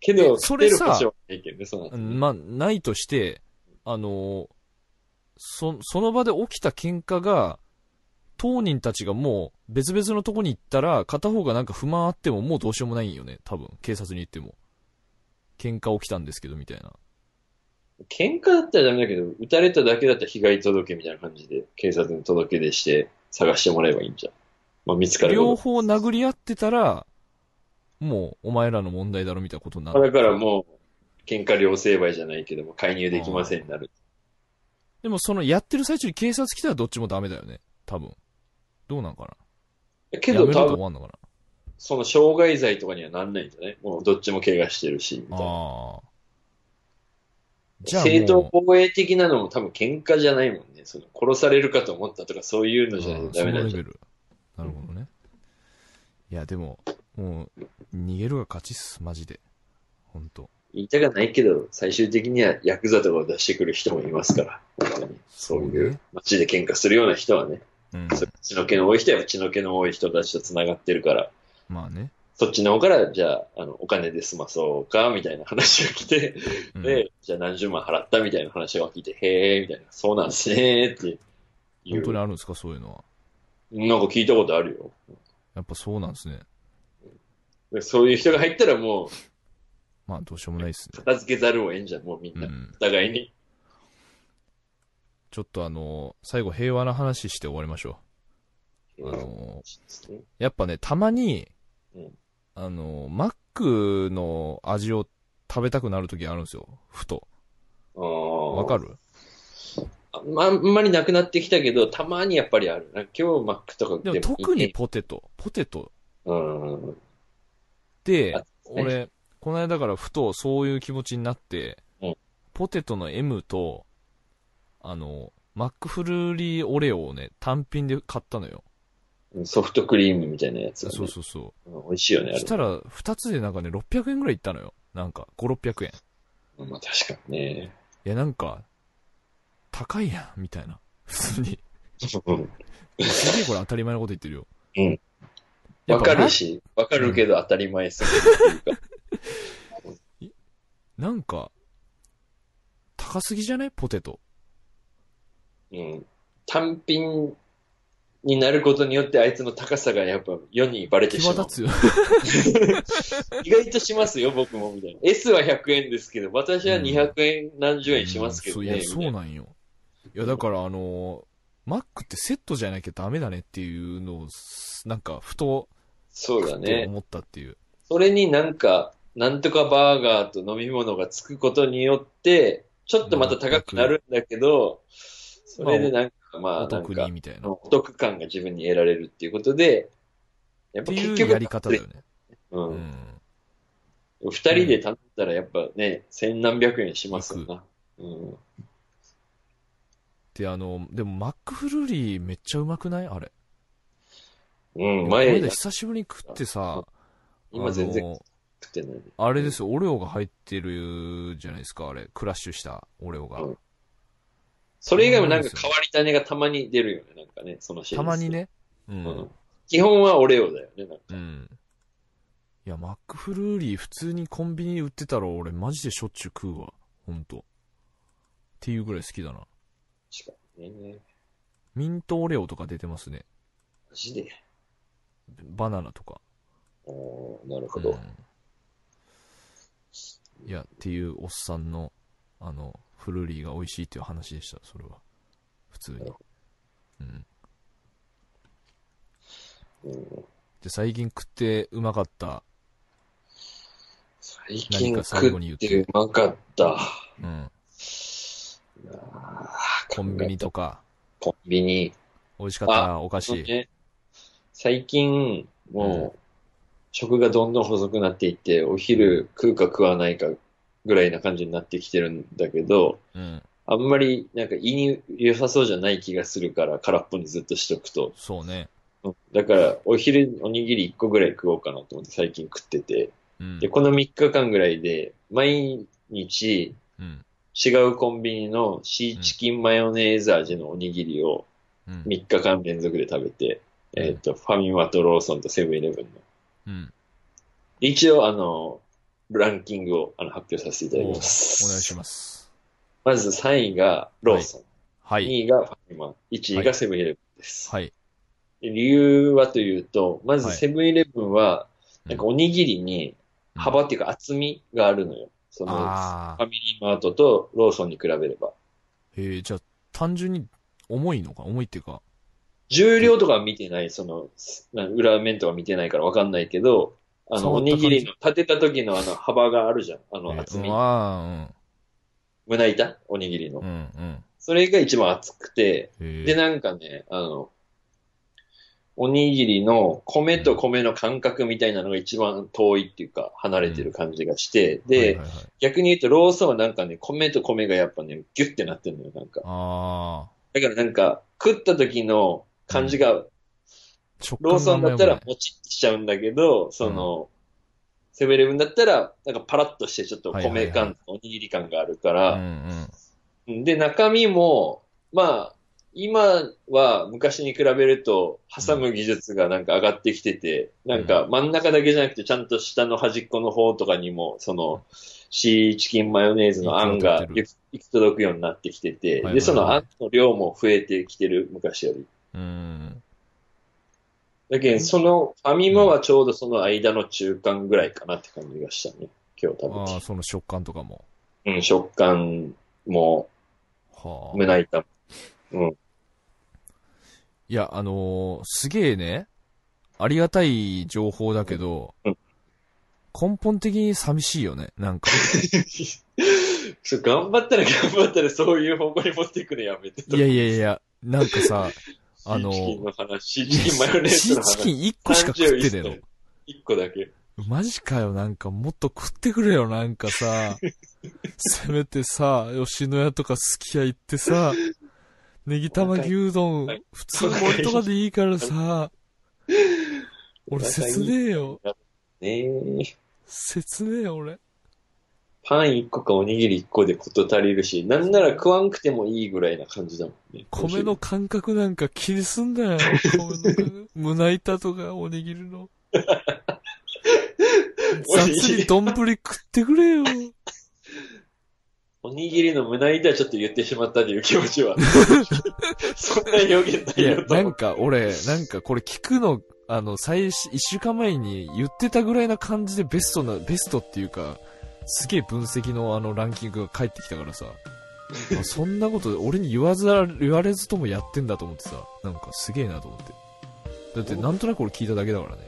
Speaker 3: けど、
Speaker 1: えそれさ
Speaker 3: 勝てる保証はないけどね、その後
Speaker 1: う
Speaker 3: ね
Speaker 1: んまあ、ないとして、あのーそ、その場で起きた喧嘩が、当人たちがもう別々のとこに行ったら、片方がなんか不満あってももうどうしようもないんよね、多分。警察に行っても。喧嘩起きたんですけど、みたいな。
Speaker 3: 喧嘩だったらダメだけど、撃たれただけだったら被害届みたいな感じで、警察に届け出して、探してもらえばいいんじゃん。まあ、見つかる
Speaker 1: 両
Speaker 3: こ
Speaker 1: 方殴り合ってたら、もうお前らの問題だろ、みたいなことにな
Speaker 3: と。
Speaker 1: る。
Speaker 3: だからもう、喧嘩両成敗じゃないけども、介入できませんになる。
Speaker 1: でもそのやってる最中に警察来たらどっちもダメだよね、多分。どうなんかな
Speaker 3: け
Speaker 1: やめ
Speaker 3: ど
Speaker 1: ると
Speaker 3: 多
Speaker 1: 終
Speaker 3: 分、
Speaker 1: わんのかな
Speaker 3: その傷害罪とかにはなんないんじゃないもうどっちも怪我してるし、みたいな。
Speaker 1: ああ。じゃあもう
Speaker 3: 正当防衛的なのも多分喧嘩じゃないもんね。その殺されるかと思ったとかそういうのじゃないとダメな
Speaker 1: そ
Speaker 3: んじ
Speaker 1: の
Speaker 3: ゃ
Speaker 1: レベルなるほどね。いや、でも、もう、逃げるが勝ちっす、マジで。ほんと。
Speaker 3: 言いたくないけど、最終的にはヤクザとかを出してくる人もいますから。本当にそうい
Speaker 1: そう
Speaker 3: う
Speaker 1: ね
Speaker 3: 街で喧嘩するような人はね、
Speaker 1: うん。
Speaker 3: そっちの毛の多い人は血の毛の多い人たちと繋がってるから、
Speaker 1: まあね。
Speaker 3: そっちの方から、じゃあ、あの、お金で済まそうか、みたいな話が来て、
Speaker 1: うん
Speaker 3: で、じゃあ何十万払ったみたいな話が聞いて、へえ、みたいな、そうなんすねーってい
Speaker 1: 本当
Speaker 3: う
Speaker 1: に。あるんですか、そういうのは。
Speaker 3: なんか聞いたことあるよ。
Speaker 1: やっぱそうなんですね。
Speaker 3: でそういう人が入ったらもう、
Speaker 1: まあ、どうしようもないっすね。
Speaker 3: 片付けざるを得んじゃん、もうみん
Speaker 1: う
Speaker 3: な。
Speaker 1: ん
Speaker 3: お。互いに。
Speaker 1: ちょっとあの、最後平和な話して終わりましょう。あの、やっぱね、たまに
Speaker 3: うん、
Speaker 1: あの、マックの味を食べたくなるときあるんですよ。ふと。わ
Speaker 3: わ
Speaker 1: かる
Speaker 3: まあ、あんまりなくなってきたけど、たまにやっぱりある。なんか今日マックとか
Speaker 1: でも
Speaker 3: でも
Speaker 1: 特に。ポテト。ポテト
Speaker 3: うん。
Speaker 1: で
Speaker 3: あ、
Speaker 1: 俺、この間だからふとそういう気持ちになって、
Speaker 3: うん
Speaker 1: ポテトの M と、あの、マックフルーリーオレオをね、単品で買ったのよ。
Speaker 3: ソフトクリームみたいなやつ、ね。
Speaker 1: そうそうそ
Speaker 3: うん美味しいよ
Speaker 1: う。
Speaker 3: ね、あれ
Speaker 1: したら、二つでなんかね、600円ぐらいいったのよ。なんか、5、600円。
Speaker 3: まあ確か にね。
Speaker 1: いや、なんか、高いやん、みたいな。普通 に。
Speaker 3: うん
Speaker 1: すげえこれ当たり前のこと言ってるよ。
Speaker 3: うん
Speaker 1: やっ
Speaker 3: わ
Speaker 1: ぱ
Speaker 3: かるし、わかるけど当たり前すぎるっていうか。
Speaker 1: な。なんか、高すぎじゃないポテト。
Speaker 3: うん。単品になることによってあいつの高さがやっぱ世にバレてし
Speaker 1: 際
Speaker 3: まう。
Speaker 1: 立つよ。
Speaker 3: 意外としますよ、僕も、みたいな。S は100円ですけど、私は200円何十円しますけどね。
Speaker 1: うん
Speaker 3: みた
Speaker 1: そういやそうなんよいやだからあのマックってセットじゃなきゃダメだねっていうのをすなんかふと
Speaker 3: そうだ
Speaker 1: って
Speaker 3: ね。
Speaker 1: 思ったっていう
Speaker 3: それになんか、なんとかバーガーと飲み物がつくことによって、ちょっとまた高くなるんだけど、それでなんか、まあ、
Speaker 1: お
Speaker 3: なん
Speaker 1: 得
Speaker 3: か
Speaker 1: に、みたいなっ
Speaker 3: お得感が自分に得られるっていうことで、やってぱ結
Speaker 1: いうや
Speaker 3: 局
Speaker 1: り、方だよね
Speaker 3: う。
Speaker 1: うんん
Speaker 3: 二人で頼んだらやっぱね、千何百円しますよな。うん。
Speaker 1: であのでもマックフルーリーめっちゃうまくないあれ
Speaker 3: うん、
Speaker 1: この
Speaker 3: 前
Speaker 1: 間、久しぶりに食ってさ
Speaker 3: 今全然
Speaker 1: あの
Speaker 3: 食ってないね。
Speaker 1: あれですよ、オレオが入ってるじゃないですか、あれ。クラッシュしたオレオが。
Speaker 3: うんそれ以外もなんか変わり種がたまに出るよね、なんかね、そのシリーズ
Speaker 1: たまに。ね。う
Speaker 3: うんん。。基本はオレオだよね、なんか。
Speaker 1: うん。いや、マックフルーリー普通にコンビニで売ってたら俺マジでしょっちゅう食うわ。ほんと。っていうぐらい好きだな。
Speaker 3: 確かにね。
Speaker 1: ミントオレオとか出てますね。
Speaker 3: マジで。
Speaker 1: バナナとか。
Speaker 3: おーなるほ
Speaker 1: う
Speaker 3: ど。
Speaker 1: んいや、っていうおっさんの、あの、フルーリーが美味しいっていう話でした、それは。普通に。うん。
Speaker 3: うん
Speaker 1: で、最近食ってうまかった。
Speaker 3: 最
Speaker 1: 何
Speaker 3: 近
Speaker 1: か最
Speaker 3: 食
Speaker 1: 後に言
Speaker 3: っ
Speaker 1: って
Speaker 3: てうまかった。
Speaker 1: うん。
Speaker 3: あー
Speaker 1: コンビニとか、
Speaker 3: コンビニ。
Speaker 1: 美味しかったお菓
Speaker 3: そう
Speaker 1: 子。
Speaker 3: ね、最近、もう、食がどんどん細くなっていって、お昼食うか食わないかぐらいな感じになってきてるんだけど、
Speaker 1: うん。
Speaker 3: あんまりなんか胃に良さそうじゃない気がするから、空っぽにずっとしとくと。
Speaker 1: そうね。
Speaker 3: うんだから、お昼おにぎり1個ぐらい食おうかなと思って最近食ってて。
Speaker 1: うん
Speaker 3: で、。この3日間ぐらいで、毎日
Speaker 1: うん。
Speaker 3: 違うコンビニのシーチキンマヨネーズ味のおにぎりを
Speaker 1: うん。
Speaker 3: 3日間連続で食べて、
Speaker 1: うん
Speaker 3: えっ、と、ファミマとローソンとセブンイレブンの。
Speaker 1: うん。
Speaker 3: 一応、あの、ランキングをあの発表させていただきます。
Speaker 1: お願いします。
Speaker 3: まず3位がローソン、
Speaker 1: はい。
Speaker 3: 2位がファミマ、1位
Speaker 1: は
Speaker 3: がセブンイレブンです。
Speaker 1: はい。
Speaker 3: 理由はというと、まず
Speaker 1: はい
Speaker 3: セブンイレブンは、
Speaker 1: うん
Speaker 3: なんかおにぎりに幅っていうか厚みがあるのよ。その、フ
Speaker 1: ああ。
Speaker 3: ァミリーマートとローソンに比べれば。
Speaker 1: えー、じゃあ、単純に重いのか重いっていうか。
Speaker 3: 重量とかは見てない、その、すな裏面とか見てないからわかんないけど、あの、
Speaker 1: 触っ
Speaker 3: お
Speaker 1: た感じ
Speaker 3: にぎりの立てた時のあの幅があるじゃん。あ
Speaker 1: え
Speaker 3: の厚
Speaker 1: ー
Speaker 3: み。
Speaker 1: うんあ
Speaker 3: 胸板おにぎり
Speaker 1: ー
Speaker 3: の
Speaker 1: うん。う。ん。うん。
Speaker 3: それが一番厚くて、
Speaker 1: え
Speaker 3: で、なんかね、あの、おにぎりの米と米の間隔みたいなのが一番遠いっていうか、離れてる感じがして、で、
Speaker 1: はいはいはい、
Speaker 3: 逆に言うとローソンはなんかね、米と米がやっぱね、ギュッてなってるのよ、なんか。
Speaker 1: ああ。
Speaker 3: だからなんか、食った時の感じが、
Speaker 1: 直感
Speaker 3: ローソンだった
Speaker 1: が
Speaker 3: ら
Speaker 1: あんまり
Speaker 3: もちっとしちゃうんだけど、その、セブンイレブンだったら、なんかパラッとしてちょっと
Speaker 1: はいはい
Speaker 3: 米
Speaker 1: はい
Speaker 3: 感、おにぎり感があるか
Speaker 1: 良くな
Speaker 3: ら、
Speaker 1: いうんうん。
Speaker 3: で、中身も、まあ、今は昔に比べると、挟む技術がなんか上がってきてて、なんか真ん中だけじゃなくて、ちゃんと下の端っこの方とかにも、その、シーチキンマヨネーズのあん
Speaker 1: 行
Speaker 3: が
Speaker 1: き
Speaker 3: 行く行き届くようになってきてて、
Speaker 1: はいはいはい
Speaker 3: で、そのあんの量も増えてきてる、昔より。
Speaker 1: うん。
Speaker 3: だけど、その、ファミマはちょうどその間の中間ぐらいかなって感じがしたね。今日
Speaker 1: ああ、
Speaker 3: 食
Speaker 1: その食感とかも。
Speaker 3: べて。うん、食感も、
Speaker 1: はあ。
Speaker 3: 胸板も。
Speaker 1: いや、あのーすげえね、ありがたい情報だけど、
Speaker 3: うん
Speaker 1: 根本的に寂しいよね、なん か。
Speaker 3: そう頑張ったら頑張ったらそういう方向に持っていくのやめてと。
Speaker 1: いやいやいや、なんかさ、 あの
Speaker 3: シーチキンの話、シーチキンマヨネー
Speaker 1: シ
Speaker 3: ズ
Speaker 1: ー
Speaker 3: の話。
Speaker 1: チキン1個しか食ってねえの。
Speaker 3: 一個だけ。
Speaker 1: マジかよ、なんかもっと食ってくれよ、なんか さ。せめてさ、吉野家とかすき家行ってさ、ネギ玉牛丼
Speaker 3: はい、
Speaker 1: 普通盛りとかでいいからさ。俺、切ねえよ。
Speaker 3: ねえ。
Speaker 1: 切ねえよ、俺。
Speaker 3: パン一個かおにぎり一個でこと足りるし、なんなら食わんくてもいいぐらいな感じだもんね。
Speaker 1: 米の感覚なんか気にすん だよ。米の感覚胸板とかおにぎりの。雑に丼食ってくれよ。
Speaker 3: おにぎりの胸板はちょっと言ってしまったという気 持ちは。そんな表現ないい
Speaker 1: や
Speaker 3: よ、と
Speaker 1: な
Speaker 3: 思
Speaker 1: ん
Speaker 3: う。
Speaker 1: か俺、なんかこれ聞くの、あの、最初、一週間前に言ってたぐらいな感じでベストな、ベストっていうか、すげえ分析のあのランキングが返ってきたから さ、あそんなこと俺に言わずら、言われずともやってんだと思ってさ、なんかすげえなと思って。だってなんとなく俺聞いただけだからね。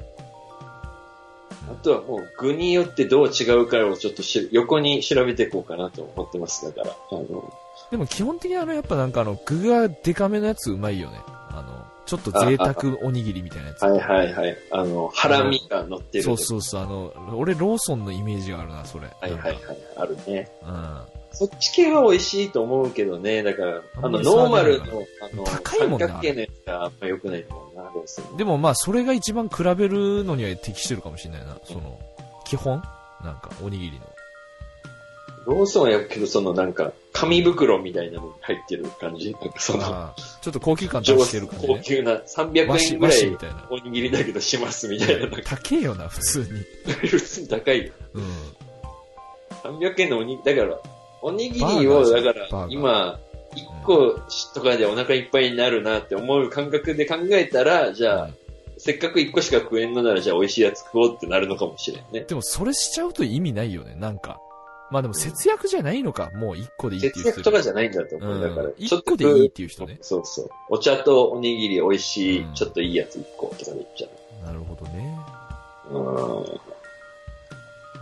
Speaker 3: あとはもう具によってどう違うかをちょっとし横に調べていこうかなと思ってます。だから、あの、
Speaker 1: でも基本的にあの、やっぱなんかあの、具がデカめのやつうまいよね。あの、ちょっと贅沢おにぎりみたいなやつ。
Speaker 3: はいはいはい。あの、ハラミが乗ってる
Speaker 1: そ
Speaker 3: と
Speaker 1: う
Speaker 3: か。
Speaker 1: そうそう、あの、俺ローソンのイメージがあるな、それ。
Speaker 3: はいはいはい。あるね。
Speaker 1: なんか
Speaker 3: そっち系は美味しいと思うけどね。だから、
Speaker 1: あ
Speaker 3: あ
Speaker 1: んま
Speaker 3: の、
Speaker 1: り
Speaker 3: ノーマル
Speaker 1: 差が
Speaker 3: の、あの、
Speaker 1: 高いもんな
Speaker 3: 三角形のやつがあんま良くないと思うな、ローソン
Speaker 1: うん。でもまあ、それが一番比べるのには適してるかもしれないな、その、基本なんか、おにぎりの。
Speaker 3: ローソンやけど、そのなんか、紙袋みたいなのに入ってる感じなんかその、
Speaker 1: あーちょっと高級感出
Speaker 3: 上
Speaker 1: してる感じ
Speaker 3: 高
Speaker 1: ね。
Speaker 3: 級な
Speaker 1: 和
Speaker 3: 300
Speaker 1: 紙、
Speaker 3: 円ぐ
Speaker 1: 和
Speaker 3: ら
Speaker 1: 紙み
Speaker 3: い
Speaker 1: たいな。
Speaker 3: おにぎりだけどしますみたいな、なんか
Speaker 1: 高えよな、普通に。
Speaker 3: 普通に高い。
Speaker 1: うん。
Speaker 3: 300円のおにぎり、だから、おにぎ
Speaker 1: バー
Speaker 3: り
Speaker 1: ガー
Speaker 3: を、
Speaker 1: じゃ
Speaker 3: だ
Speaker 1: ん
Speaker 3: か
Speaker 1: バ
Speaker 3: ら
Speaker 1: ーガー、
Speaker 3: 今、1個とかでお腹いっぱいになるなって思う感覚で考えたら、じゃあ、せっかく1個しか食えんのなら、じゃあ美味しいやつ食おうってなるのかもしれんね。
Speaker 1: でも、それしちゃうと意味ないよね、なんか。まあでも、節約じゃないのか。もう一個でいいっていう人
Speaker 3: 節約とかじゃないんだと思う。だから
Speaker 1: うん、、
Speaker 3: ちょ
Speaker 1: 一
Speaker 3: っと
Speaker 1: 個でいいっていう人ね。
Speaker 3: そうそう。お茶とおにぎり美味しい、
Speaker 1: うん
Speaker 3: ちょっといいやつ1個とかでいっちゃ
Speaker 1: なるほどね。
Speaker 3: う。うん。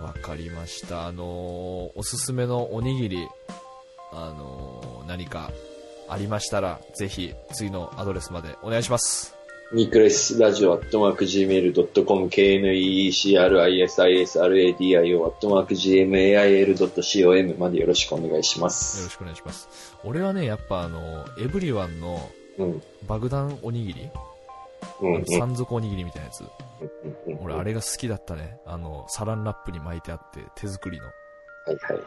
Speaker 1: わかりました。あのーおすすめのおにぎり、あのー何かありましたら、ぜひ、次のアドレスまでお願いします。
Speaker 3: ニクレスラジオアットマーク Gmail.com KNEECRISISRADIO アットマーク Gmail.com までよろしくお願いしま
Speaker 1: よろ
Speaker 3: す。
Speaker 1: しくお願いします。俺はね、やっぱあのエブリワンの
Speaker 3: うん。
Speaker 1: 爆弾おにぎり、
Speaker 3: うん。うん。
Speaker 1: 山賊おにぎりみたいなやつ。
Speaker 3: うん
Speaker 1: 俺、あれが好きだったね。あの、サランラップに巻いてあって、手作りの。
Speaker 3: はいはい。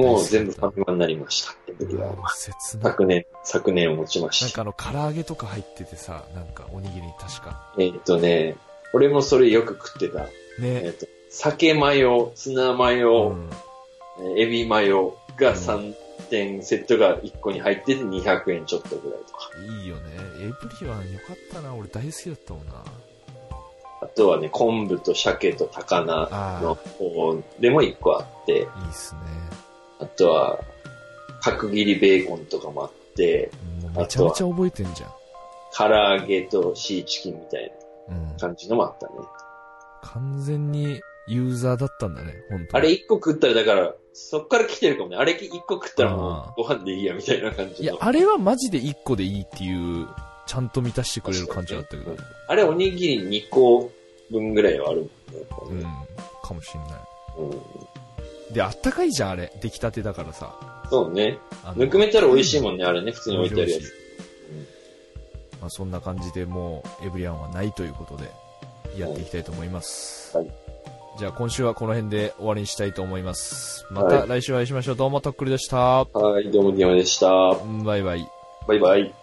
Speaker 3: もう全部ファミマになりました。エブリワンは
Speaker 1: 切な。
Speaker 3: 昨年、昨年をもちま
Speaker 1: なん
Speaker 3: した。
Speaker 1: かあの、唐揚げとか入っててさ、なんかおにぎりに確か。
Speaker 3: えっ、とね、俺もそれよく食ってた。えっ、
Speaker 1: ね。
Speaker 3: と、酒マヨ、ツナマヨ、
Speaker 1: うん
Speaker 3: えーエビマヨが
Speaker 1: うん
Speaker 3: 3点、セットが1個に入ってて200円ちょっとぐらいとか。
Speaker 1: いいよね。エブリワンよかったな。俺大好きだったもんな。
Speaker 3: あとはね、昆布と鮭と高菜
Speaker 1: あ
Speaker 3: の方でも1個あって、
Speaker 1: あ、いいっすね。
Speaker 3: あとは、角切りベーコンとかもあって、
Speaker 1: もうめちゃめちゃ覚えてんじゃん。
Speaker 3: 唐揚げとシーチキンみたい
Speaker 1: うん
Speaker 3: な。感じのもあったね。
Speaker 1: 完全にユーザーだったんだね、本当
Speaker 3: あ
Speaker 1: に
Speaker 3: れ1個食ったら、だから、そっから来てるかもね。あれ1個食ったら
Speaker 1: あ
Speaker 3: もうご飯でいいやみたいな感
Speaker 1: い
Speaker 3: じ
Speaker 1: や
Speaker 3: の、。
Speaker 1: あれはマジで1個でいいっていう、ちゃんと満たしてくれる感じだったけど。
Speaker 3: うんあれおにぎり2個分ぐらいはあるも
Speaker 1: うんん
Speaker 3: ね。。
Speaker 1: かもしんな
Speaker 3: うん
Speaker 1: い。で、あったかいじゃん、あれ。出来たてだからさ。
Speaker 3: そうね。
Speaker 1: あの
Speaker 3: ぬくめたら美味しいもんね、あれね、普通に置いてあるや
Speaker 1: 美味し
Speaker 3: つ。
Speaker 1: まあ、そんな感じでもうエブリアンはないということでやっていきたいと思います、
Speaker 3: はい
Speaker 1: じゃあ今週はこの辺で終わりにしたいと思いますま
Speaker 3: は
Speaker 1: た来週お会いしましょうどうもとっくりでした
Speaker 3: はい、どうも、ディアマでした。
Speaker 1: バイバイ
Speaker 3: バイバイ。